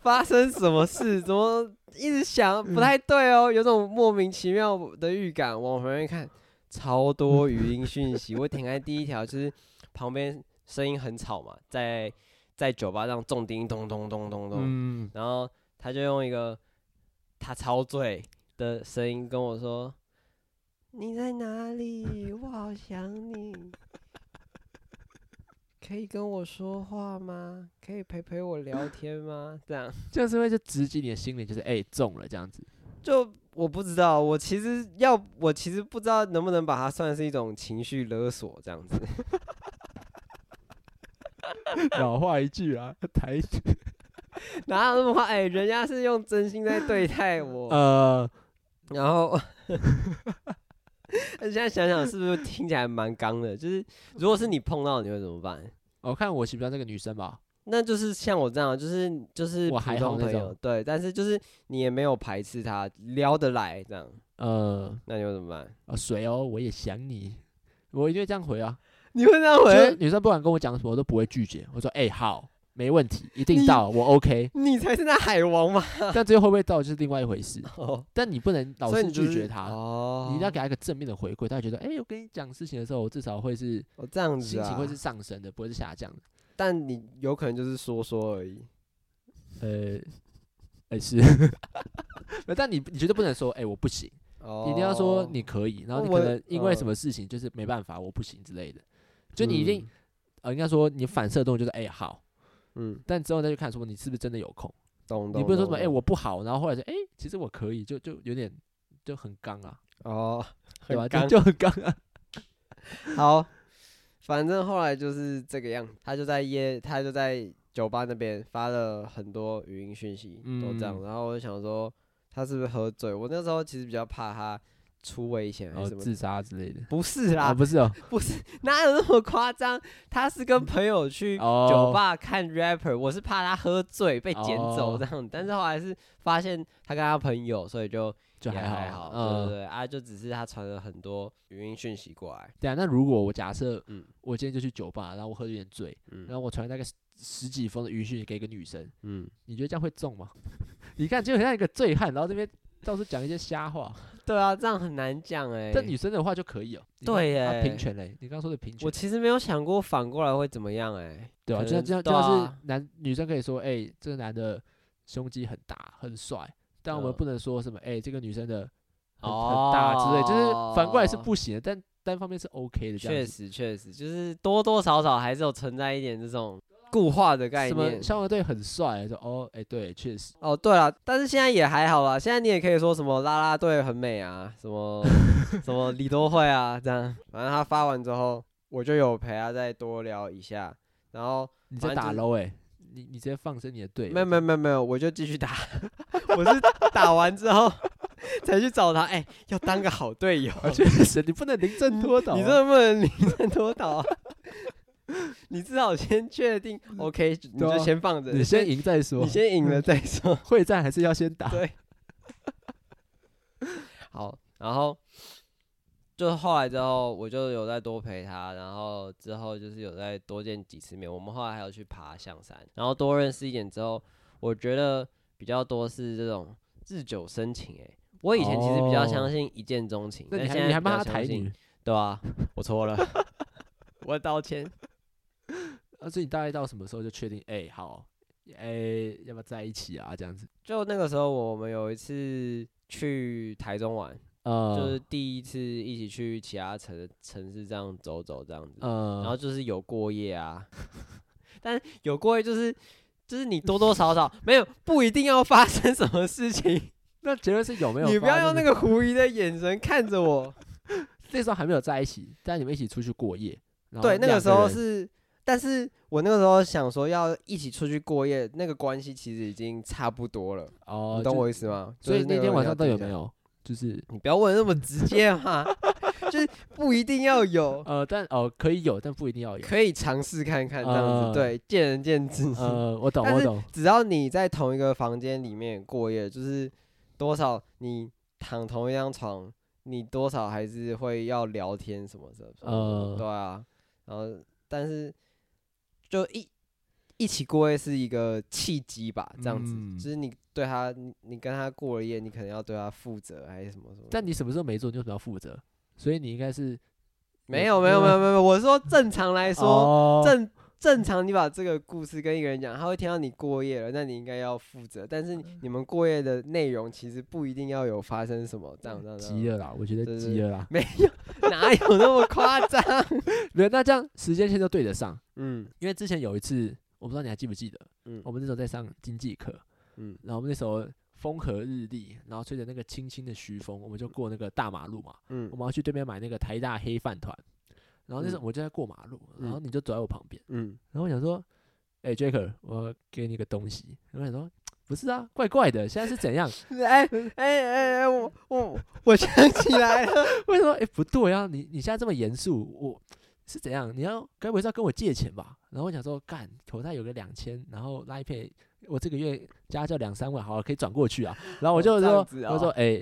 B: 发生什么事，怎么一直想不太对哦，有种莫名其妙的预感，往旁边看，超多语音讯息，我点开第一条就是旁边声音很吵嘛，在。在酒吧上重叮咚咚咚咚咚，
A: 嗯，
B: 然后他就用一个他超醉的声音跟我说：“你在哪里？我好想你， [laughs] 可以跟我说话吗？可以陪陪我聊天吗？”这样
A: 就是会就直击你的心灵，就是哎、中了这样
B: [laughs]
A: 子。
B: 就我不知道，我其实要我其实不知道能不能把它算是一种情绪勒索这样子。
A: 老话一句啊，台
B: 哪有那么快？哎、人家是用真心在对待我。
A: 呃，
B: 然后， [laughs] 现在想想是不是听起来蛮刚的？就是如果是你碰到，你会怎么办？
A: 我看我喜不喜欢这个女生吧。
B: 那就是像我这样，就是就是
A: 我
B: 普
A: 还好
B: 通
A: 那
B: 朋友
A: 种，
B: 对，但是就是你也没有排斥他，聊得来这样，
A: 呃，
B: 那你会怎么办？
A: 啊谁哦，我也想你，我一定会这样回啊。
B: 你会这样
A: 就是
B: 回？
A: 女生不管跟我讲什么，我都不会拒绝。我说哎、好，没问题，一定
B: 你
A: 到，我
B: [laughs]
A: OK。
B: 你才是那海王嘛！
A: 但最后会不会到就是另外一回事。
B: 哦，
A: 但你不能老
B: 所以
A: 是
B: 你就
A: 拒
B: 是
A: 绝她，
B: 哦，
A: 你一定要给她一个正面的回馈，她会觉得哎、我跟你讲事情的时候，我至少会是
B: 哦这样子
A: 心
B: 啊，
A: 情会是上升的，不会是下降的。
B: 但你有可能就是说说而已。
A: 呃，哎、是， [laughs] 呃但你你绝对不能说，哎、我不行，
B: 哦，
A: 你一定要说你可以，然后你
B: 我
A: 可能因为
B: 呃
A: 什么事情就是没办法，我不行之类的，就你一定、呃，应该说你反射动作就是哎、好，
B: 嗯，嗯，
A: 但之后再去看说你是不是真的有空，
B: 懂懂。
A: 你不是说什
B: 懂
A: 么哎、
B: 懂
A: 我不好，然后后来说哎、其实我可以，就就有点就很刚啊，
B: 哦，
A: 对吧？
B: 很刚
A: 就就很刚
B: [laughs]
A: 啊，
B: 好，反正后来就是这个样子，他就在夜，他就在酒吧那边发了很多语音讯息，都这样。
A: 嗯
B: 然后我就想说，他是不是喝醉？我那时候其实比较怕他出危险
A: 然
B: 还
A: 后
B: 是什么。
A: 哦自杀之类的。
B: 不是
A: 啊，
B: 啦，
A: 不是
B: [laughs]
A: 哦，
B: 不是，哪有那么夸张？他是跟朋友去
A: 哦
B: 酒吧看 rapper，我是怕他喝醉被捡走
A: 哦
B: 这样。但是后来是发现他跟他朋友，所以就
A: 就
B: 也
A: 还
B: 还
A: 好，
B: 对对
A: 嗯，
B: 对啊，就只是他传了很多语音讯息过来，
A: 对啊。那如果我假设，
B: 嗯
A: 我今天就去酒吧，然后我喝得有点醉，
B: 嗯
A: 然后我传大概十十几封的语音讯息给一个女生，
B: 嗯。
A: 你觉得这样会中吗？ [laughs] 你看，就很像一个醉汉，然后这边到处讲一些瞎话。
B: [laughs] 对啊，这样很难讲哎、
A: 但女生的话就可以哦、你看
B: 对耶
A: 啊平权嘞，你刚刚说的平权
B: 我，其实没有想过反过来会怎么样哎、
A: 对啊，
B: 可
A: 就像
B: 能
A: 就像就
B: 对
A: 像
B: 啊
A: 是男女生可以说，哎、这个男的胸肌很大很帅，但我们
B: 嗯
A: 不能说什么，哎、这个女生的很很大之类，就是反过来是
B: 哦
A: 不行的，但单方面是 OK 的这
B: 确
A: 样子。
B: 实确实，就是多多少少还是有存在一点这种固化的概
A: 什么
B: 念。
A: 消防队很帅，说哦，哎、对，确实，
B: 哦，对了，但是现在也还好啦。现在你也可以说什么啦啦队很美啊，
A: [laughs]
B: 什么什么李多惠啊，这样。反正他发完之后，我就有陪他再多聊一下，然后
A: 你在
B: 反正
A: 打
B: 就是
A: low 哎、你你直接放生你的队友，
B: 没有没有没有没有，我就继续打。我是打完之后才去找他，哎、要当个好队友。
A: [laughs] 有，确实你不能临阵脱逃啊、
B: 你这不能临阵脱逃啊！你至少先确定 OK，你
A: 对啊
B: 就先放着，
A: 你先赢嗯再说
B: 你，先赢了再说。
A: 会战还是要先打
B: 对。好，然后就后来之后，我就有再多陪他，然后之后就是有再多见几次面。我们后来还有去爬象山，然后多认识一点之后，我觉得比较多是这种日久生情、欸。我以前其实比较
A: 哦
B: 相信一见钟情，
A: 那
B: 但
A: 你
B: 现
A: 还
B: 在
A: 你还
B: 比
A: 帮
B: 较
A: 他
B: 相
A: 抬
B: 信
A: 女，
B: 对啊，
A: [laughs]
B: 我错了， [laughs] 我道歉。
A: 啊，所以你大概到什么时候就确定？哎、好，哎、要不要在一起啊？这样子，
B: 就那个时候，我们有一次去台中玩，
A: 呃，
B: 就是第一次一起去其他城城市这样走走这样子，
A: 呃，
B: 然后就是有过夜啊， [laughs] 但有过夜就是就是你多多少少没有不一定要发生什么事情，
A: 那结论是有 [laughs] 没有？
B: 你不要用那，个狐疑的眼神看着
A: [laughs]
B: 我。
A: 那时候还没有在一起，但你们一起出去过夜。然后
B: 对，那个
A: 两
B: 时候
A: 人
B: 是，但是我那个时候想说要一起出去过夜，那个关系其实已经差不多了，
A: 哦，
B: 你懂
A: 就
B: 我意思吗？
A: 所以那天晚上到
B: 都
A: 底有没？有？就是
B: 你不要问得那么直接嘛， [laughs] 就是不一定
A: [laughs]
B: 要有，
A: 呃，但哦可以有，但不一定要有。
B: 可以尝试看看这样子，
A: 呃
B: 对，见仁见智。
A: 呃，我懂，
B: 但
A: 我
B: 是
A: 懂。
B: 只要你在同一个房间里面过夜，就是多少你躺同一张床，你多少还是会要聊天什么的，什么
A: 呃
B: 的对啊，然后但是就一。一起过夜是一个契机吧，这样子，
A: 嗯
B: 就是你对他，你你跟他过了夜，你可能要对他负责还是什么什么的。
A: 但你什么时候没做，你就什么要负责。所以你应该是
B: 没
A: 有
B: 有没有
A: 因
B: 没
A: 为
B: 有没有，我说正常来说，
A: 哦
B: 正正常你把这个故事跟一个人讲，他会听到你过夜了，那你应该要负责。但是你你们过夜的内容其实不一定要有发生什么这样这样这
A: 急
B: 样，
A: 了啦，我觉得
B: 对对
A: 急了啦。
B: [laughs] 哪有那么夸 [laughs] 张？
A: 没有，那这样时间线就对得上，
B: 嗯
A: 因为之前有一次，我不知道你还记不记得，
B: 嗯
A: 我们那时候在上经济课，
B: 嗯
A: 然后我们那时候风和日丽，然后吹着那个轻轻的徐风，我们就过那个大马路嘛，我
B: 嗯
A: 们要去对面买那个台大黑饭团，然后那时候我就在过马路，然后你就走在我旁边，
B: 嗯，
A: 然后我想说，哎、j a c k 我给你个东西，然后我想说。不是啊，怪怪的，现在是怎样？
B: 哎哎哎哎，我我我想起来了，
A: 为什么？哎、不对啊，你你现在这么严肃，我是怎样？你要该不会是要跟我借钱吧？然后我想说，干，口袋有个两千，然后拉一片，我这个月家教两三万，好，可以转过去啊。然后我
B: 哦
A: 就
B: 这
A: 说，
B: 样子
A: 我就说，
B: 哦
A: 哎、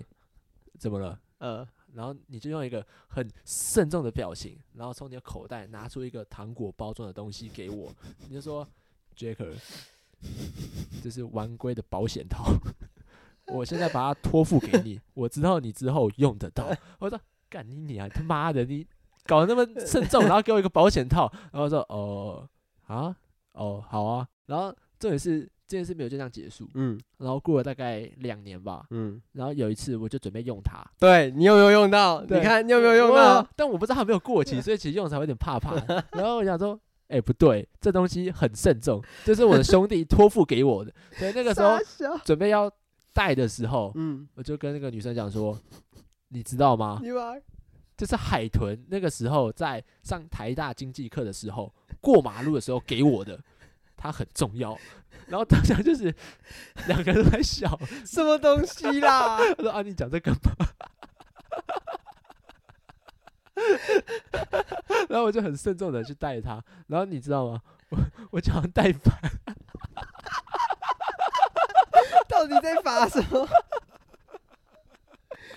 A: 怎么了？
B: 呃，
A: 然后你就用一个很慎重的表情，然后从你的口袋拿出一个糖果包装的东西给我，你就说 Jacker，这是玩龟的保险套， [laughs] 我现在把它托付给你，我知道你之后用得到。我说干你你啊，他妈的你搞
B: [laughs]
A: 得那么慎重，然后给我一个保险套，然后我说哦啊哦好啊，然后重点是这件事没有就这样结束，
B: [laughs] 嗯
A: 然后过了大概两年吧，
B: 嗯，
A: 然后有一次我就准备用它。
B: 对你有没有用到？你
A: 对
B: 看你有没有用
A: 我
B: 到？？
A: 但我不知道它有没有过
B: [laughs]
A: 期，所以其实用的才会有点怕怕的。然后我想说，哎、不对，这东西很慎重，这是我的兄弟托付给我的。所以那个时候
B: 傻笑，
A: 准备要带的时候，
B: 嗯，
A: 我就跟那个女生讲说，你知道吗？
B: 你把
A: 就是海豚那个时候在上台大经济课的时候，过马路的时候给我的，它很重要。然后当下就是两个人都在笑，
B: 什么东西啦？
A: 他说啊，你讲这干嘛？ [laughs] 然后我就很慎重的去带他，然后你知道吗？我我讲完带反，
B: [laughs] 到底在罚什么？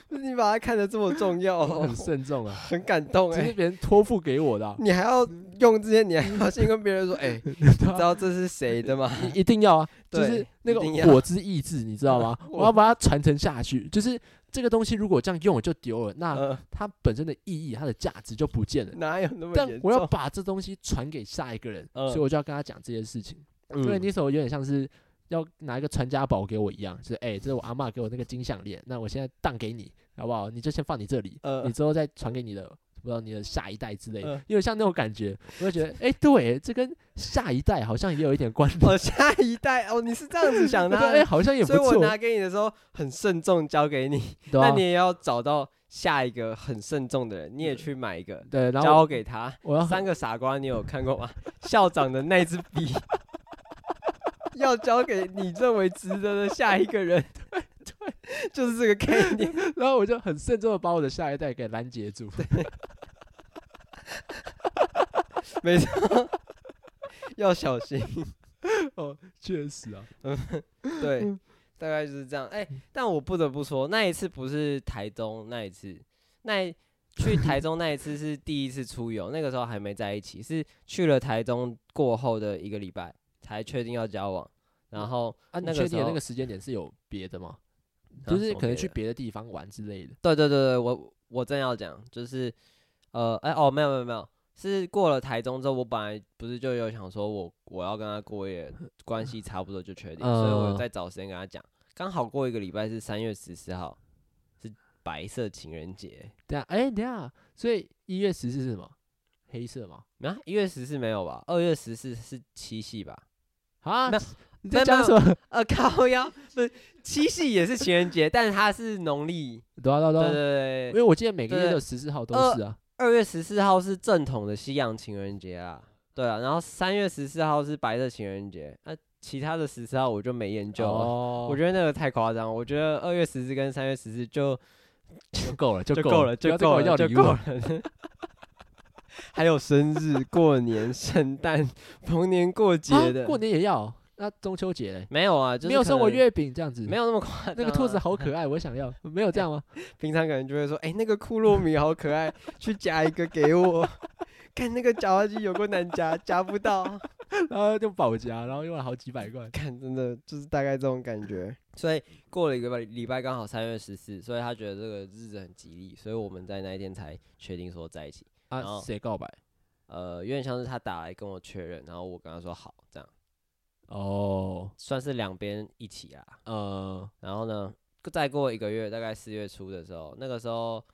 B: [laughs] 你把它看得这么重要、
A: 我
B: 哦
A: [laughs] 很，慎重啊，
B: 很感动哎、
A: 这是别人托付给我的啊、
B: 你还要用之前，你还要先跟别
A: [laughs]
B: 人说，哎、你知道这是谁的吗？
A: 你一定要啊，就
B: 对
A: 是那个
B: 一定要
A: 火之意志，你知道
B: [laughs]
A: 吗？
B: 我
A: 我要把它传承下去，就是这个东西如果这样用了就丢了，那
B: 呃，
A: 它本身的意义、它的价值就不见了。
B: [laughs] 哪有那么
A: 但
B: 严重？ [laughs]
A: 我要把这东西传给下一个人，
B: 嗯
A: 所以我就要跟他讲这件事情。
B: 嗯
A: 因为那时候有点像是要拿一个传家宝给我一样，就是哎、这是我阿嬷给我那个金项链，那我现在当给你，好不好？你就先放你这里，
B: 呃
A: 你之后再传给你的不知道你的下一代之类的
B: 嗯，
A: 因为像那种感觉，我就觉得，哎，对，这跟下一代好像也有一点关联。
B: [laughs] 哦，下一代哦，你是这样
A: [laughs]
B: 子想
A: 我
B: 的
A: 觉得
B: 啊，
A: 哎，好像也不
B: 所以我
A: 错，
B: 拿给你的时候很慎重交给你，
A: 对啊
B: 那你也要找到下一个很慎重的人，你也去买一个
A: 对，然后
B: 交给他。
A: 我要
B: 三个傻瓜，你有看过吗？ [laughs] 校长的那支笔 [laughs] 要交给你认为值得的下一个人， [laughs] 对对，就是这个概念。
A: 然后我就很慎重的把我的下一代给拦截住。
B: 要小心。 [laughs]
A: 哦，确实啊，
B: 对，大概就是这样。哎、但我不得不说，那一次不是台中那一次，那一去台中那一次是第一次出游，那个时候还没在一起，是去了台中过后的一个礼拜才确定要交往。然后，
A: 啊，你
B: 那个
A: 确定
B: 时
A: 的那
B: 候
A: 个时间点是有别的吗？
B: 啊
A: 就是
B: 什么
A: 可能
B: 别
A: 去
B: 的
A: 别的地方玩之类的。
B: 对对对对，我我正要讲，就是，呃，哎、哦，没有没有没有，是过了台中之后，我本来不是就有想说我我要跟他过夜，关系差不多就确定，所以我
A: 嗯
B: 再找时间跟他讲，刚好过一个礼拜是三月十四号，是白色情人节，
A: 等一下，哎，等一下，所以一月十四是什么？黑色吗？
B: 啊，一月十四没有吧？二月十四是七夕吧？
A: 啊
B: 没有，
A: 你
B: 没
A: 在
B: 有
A: 讲
B: 没
A: 什么？
B: 呃，靠腰不是七夕也是情人节，但是它是农历，
A: 对啊，对啊，
B: 对
A: 对啊
B: 对
A: 因
B: 对，
A: 为我记得每个
B: 对
A: 月的十四号都
B: 呃
A: 是啊。
B: 二月十四号是正统的西洋情人节啊，对啊，然后三月十四号是白色情人节，那、其他的十四号我就没研究了，
A: 哦，
B: 我觉得那个太夸张，我觉得二月十四跟三月十四就
A: 就够了，就
B: 就
A: 够
B: 够了，
A: 不
B: 就
A: 要再
B: 够
A: 跟我
B: 了，
A: 要
B: 就
A: 礼
B: 够
A: 物
B: 了。 [laughs] 还有生日、过年、圣诞、逢年过节
A: 啊
B: 的，
A: 过年也要，那中秋节嘞？
B: 没有啊，就是
A: 没有
B: 可
A: 送我
B: 能
A: 月饼这样子，
B: 没有那么夸张啊、
A: 那个兔子好可爱，我想要，没有这样
B: [laughs]
A: 吗？
B: 平常可能就会说，哎、那个库洛米好可爱，去夹一个给我。 [laughs] 看那个绞肉机有多难夹，夹不到。
A: 然后就保夹，然后用了好几百块。
B: 看，真的就是大概这种感觉。所以过了一个礼拜，刚好三月十四，所以他觉得这个日子很吉利，所以我们在那一天才确定说在一起。然
A: 啊，
B: 后
A: 谁告白？
B: 呃，有点像是他打来跟我确认，然后我跟他说好，这样
A: 哦，
B: 算是两边一起啦。
A: 呃，
B: 然后呢，再过一个月，大概四月初的时候，那个时候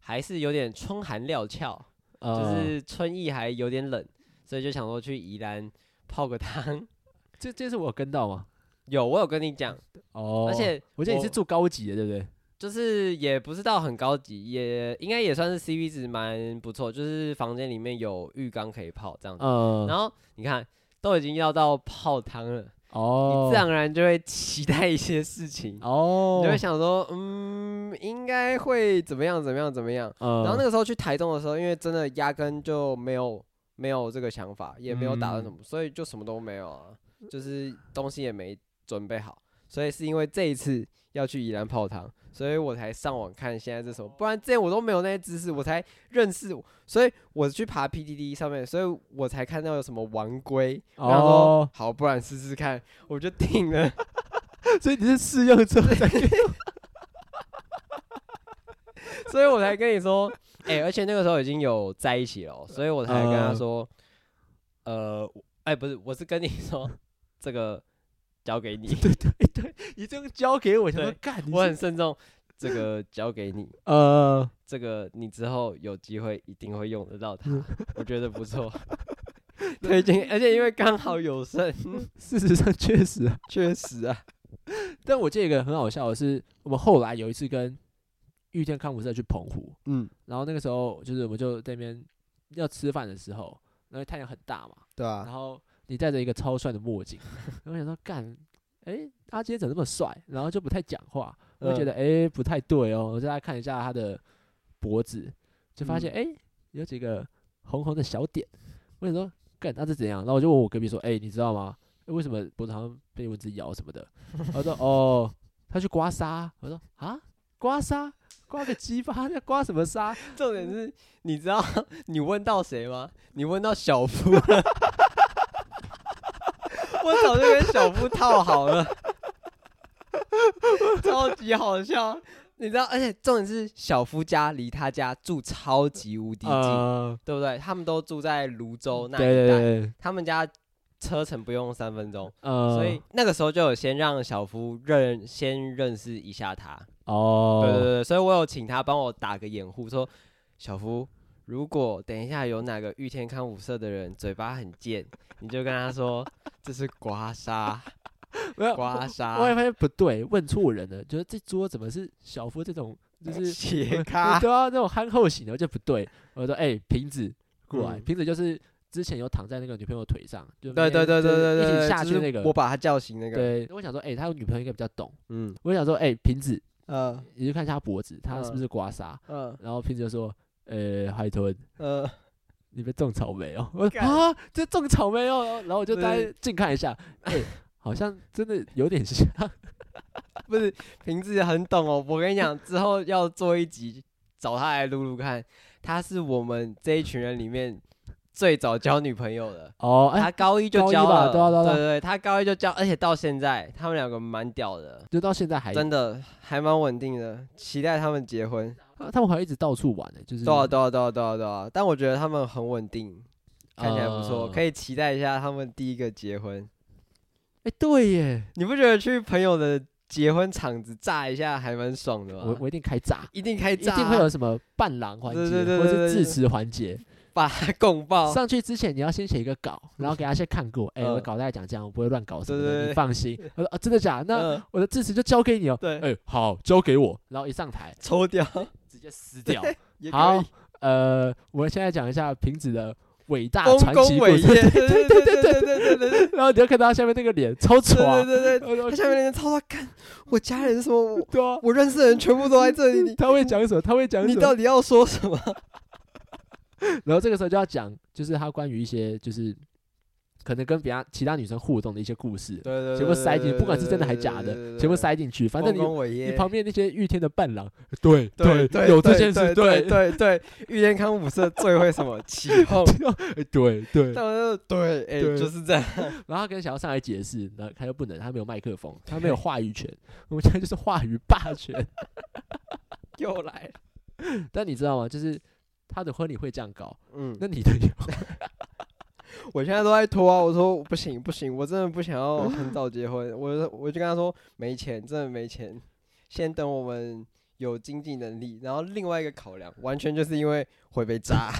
B: 还是有点春寒料峭，就
A: 呃
B: 是春意还有点冷，所以就想说去宜兰泡个汤。 [laughs]
A: 这这是我有跟到吗？
B: 有，我有跟你讲，
A: 哦，
B: 而且
A: 我记得你是
B: 我
A: 住高级的，对不对？
B: 就是也不是到很高级，也应该也算是 CP 值蛮不错，就是房间里面有浴缸可以泡这样子。
A: 呃，
B: 哦然后你看，都已经要到泡汤了，
A: 哦，
B: 你自然而然就会期待一些事情，
A: 哦，
B: 你就会想说，嗯，应该会怎么样怎么样怎么样。
A: 呃，
B: 然后那个时候去台中的时候，因为真的压根就没有没有这个想法，也没有打算什
A: 嗯
B: 么，所以就什么都没有啊，就是东西也没准备好，所以是因为这一次要去宜兰泡汤，所以我才上网看现在这什么，不然之前我都没有那些知识，我才认识，所以我去爬 PDD 上面，所以我才看到有什么王龟，然后
A: 哦
B: 说，好，不然试试看， [laughs] 我就定了。
A: 所以你是试用之后才
B: [laughs] 所以我才跟你说，哎、而且那个时候已经有在一起了哦，所以我才跟他说，呃，我哎、不是，我是跟你说， [laughs] 这个交给你，
A: 你这样交给我，想说
B: 对
A: 干，你
B: 我
A: 是
B: 很慎重，这个交 [laughs] 给你，
A: 呃，
B: 这个你之后有机会一定会用得到它，我觉得不错， [laughs] 推荐，而且因为刚好有剩，
A: 事实上确实啊，
B: 确实啊，
A: 但我记得一个很好笑的是，我们后来有一次跟遇见康普社去澎湖，
C: 嗯，
A: 然后那个时候就是我们就在那边要吃饭的时候，那个太阳很大嘛，
C: 对啊，
A: 然后你戴着一个超帅的墨
B: [laughs]
A: 镜，然后想说干，诶，他今天怎么那么帅？然后就不太讲话，我就觉
B: 嗯
A: 得诶不太对哦，我就来看一下他的脖子，就发现诶
B: 嗯
A: 有几个红红的小点，我想说干他是怎样？然后我就问我隔壁说，诶，你知道吗？诶为什么脖子好像被蚊子咬什么
B: [laughs]
A: 的？他说哦，他去刮痧。我说啊，刮痧。刮个鸡巴，那刮什么
B: [laughs]
A: 痧？
B: 重点是，你知道 [laughs] 你问到谁吗？你问到小
A: [laughs]
B: 夫了。我早就跟小夫套好了，超级好笑。你知道，而且重点是小夫家离他家住超级无敌近，
A: 呃，
B: 对不对？他们都住在泸州那一带，
A: 对对对对，
B: 他们家车程不用三分钟，
A: 呃，
B: 所以那个时候就有先让小夫认先认识一下他。
A: 哦，
B: 对对对，所以我有请他帮我打个掩护，说小夫，如果等一下有哪个遇天康五色的人嘴巴很贱，你就跟他说 [laughs] 这是刮 [laughs] 痧，
A: 没有，
B: 刮
A: 我
B: 痧，
A: 我也发现不对，问错人了，觉得这桌怎么是小夫这种，
B: [laughs]
A: 就是
B: 斜
A: 我
B: 咖，
A: 对啊，那种憨厚型的就不对。我说，哎、瓶子过来，
B: 嗯
A: 瓶子就是之前有躺在那个女朋友腿上，就
B: 对对对对
A: 就是
B: 对对，
A: 一起下
B: 就
A: 去
B: 是
A: 那个。
B: 我把他叫醒那个，
A: 对，我想说，哎、他有女朋友应该比较懂。
B: 嗯
A: 我想说，哎、瓶子，
B: 呃
A: 你就看一下他脖子，他是不
B: 嗯
A: 是刮痧？
B: 呃
A: 然后瓶子就说，呃，海豚，
B: 呃，
A: 你被种草莓哦。我说 [laughs] 啊，这种草莓哦。然后我就大概近看一下，哎、好像真的有点像。
B: 不是平子很懂哦，我跟你讲，之后要做一集找他来录录看，他是我们这一群人里面最早交女朋友的。
A: 哦，哎、
B: 他高一就
A: 高一
B: 交
A: 吧
B: 了，
A: 对啊对啊对
B: 对
A: 啊
B: 对，他高一就交，而且到现在他们两个蛮屌的，
A: 就到现在还
B: 真的还蛮稳定的，期待他们结婚。
A: 啊他们还一直到处玩呢、就是
B: 对啊，对啊，对啊，对啊，对啊。但我觉得他们很稳定，看起来不错，
A: 呃
B: 可以期待一下他们第一个结婚。
A: 哎、对耶，
B: 你不觉得去朋友的结婚场子炸一下还蛮爽的
A: 我
B: 吗？
A: 我一定开炸。
B: 一定啊开
A: 一
B: 炸啊，
A: 定会有什么伴郎环节，
B: 对对对
A: 或
B: 对
A: 是致
B: 对
A: 辞环节。
B: 把他供爆。
A: 上去之前你要先写一个稿，然后给他先看过。哎，
B: 嗯
A: 我的稿大概讲这样，我不会乱搞什么
B: 对对
A: 的，
B: 对
A: 你放心。我说啊，真的假的？那
B: 嗯
A: 我的致辞就交给你哦。
B: 对，
A: 哎，好，交给我。然后一上台
B: 抽掉
A: 直接撕掉。
B: 也可
A: 好
B: 以，，
A: 呃，我现在讲一下瓶子的伟大
B: 丰
A: 传奇
B: 功
A: 故
B: 伟
A: 事。
B: 业，对对对对对对对对对
A: [laughs] 然后你就看到他下面那个脸超
B: 对
A: 爽。
B: 对对。
A: 我说
B: 他下面那人操他看我家人什么，我
A: 对
B: [laughs]
A: 啊，
B: 我认识的人全部都在这里， [laughs] 你
A: 他会讲什么？他会讲
B: 你
A: 什
B: 到
A: 么？
B: 底要说什么？
A: 然后这个时候就要讲，就是他关于一些就是可能跟别他其他女生互动的一些故事。
B: 对对
A: 全部塞进，不管是真的还假的，全部。塞进去。反正你
B: 丰功伟业
A: 你旁边那些御天的伴郎， [laughs] 对
B: 对对
A: 有这件事，
B: 对
A: 对
B: 对对，玉天康五色最会什
A: [laughs]
B: 么起哄，
A: 对对。
B: 但我就对，哎，
A: 对
B: 就是这样，
A: 然后他跟想要上来解释，然后他又不能，他没有麦克风，
B: [laughs]
A: 他没有话语权。我们现在就是话语霸权。
B: 又来了，
A: 但你知道吗？就是他的婚礼会这样搞，
B: 嗯，
A: 那你的有 [laughs]
B: 我现在都在拖啊，我说不行不行，我真的不想要很早结婚，我我就跟他说没钱，真的没钱，先等我们有经济能力，然后另外一个考量，完全就是因为会
A: [laughs]
B: 被炸，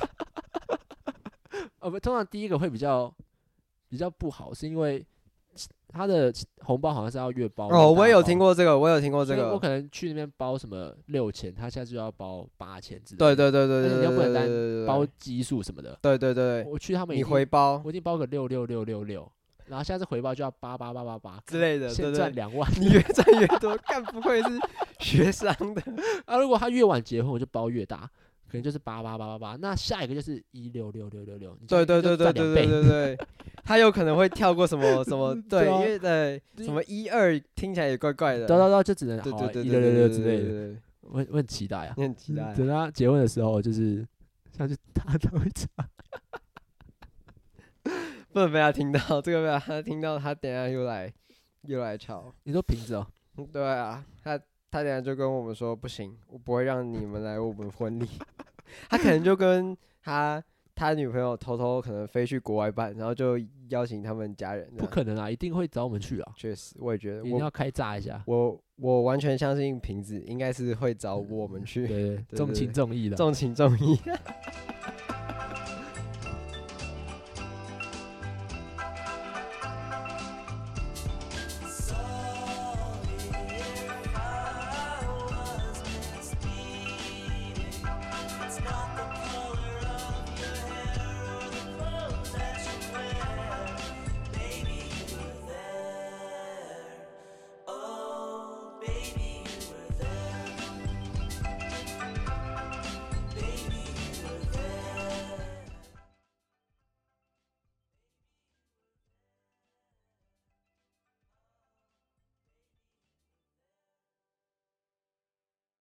A: 呃不，通常第一个会比较比较不好，是因为他的红包好像是要月包
B: 哦，我也有听
A: 过
B: 过这个，我有听过这
A: 我
B: 个，
A: 可能去那边包什么六千，他现在就要包八千之类
B: 对
A: 的。
B: 对对对
A: 而且
B: 对
A: 你又不能
B: 对
A: 单
B: 对，
A: 包基数什么的。
B: 对对对，
A: 我去他们已
B: 你
A: 经
B: 回包
A: 我已经包个六六六六六，然后下次回报就要八八八八八
B: 之类的，对
A: 先
B: 对
A: 赚，两万。
B: 你越赚越多，干不愧是学商的。
A: [laughs] 啊，如果他越晚结婚，我就包越大，可能就是八八八八八。那下一个就是一六六六六六，你
B: 对
A: 就
B: 对
A: 就
B: 对对
A: 赚两
B: 对
A: 倍
B: 对对对，他有可能会跳过什么什
A: [laughs]
B: 么，对，
A: 对啊
B: 因为对什么一二听起来也怪怪的。
A: 对对对，就只能
B: 对
A: 好
B: 对对
A: 一
B: 对
A: 六
B: 对
A: 六
B: 对
A: 六之类的。
B: 对对对
A: 我很我很期待啊，
B: 你很期待啊
A: 嗯。等他结婚的时候，就是下 [laughs] 去打到一场。
B: 不能被他听到，这个被他听到，他等一下又来又来吵。
A: 你说瓶子
B: [laughs]
A: 哦，
B: 对啊，他他等一下就跟我们说，不行，我不会让你们来我们婚礼。 [laughs] 他可能就跟他他女朋友偷偷可能飞去国外办，然后就邀请他们家人这
A: 不
B: 样。
A: 可能啊，一定会找我们去啊，
B: 确实，我也觉得
A: 一定要
B: 我
A: 开炸一下。
B: 我我完全相信瓶子应该是会找我们去，
A: 对，啊
B: 对
A: 重
B: 对
A: 情
B: 对
A: 重义的。
B: 重情重义。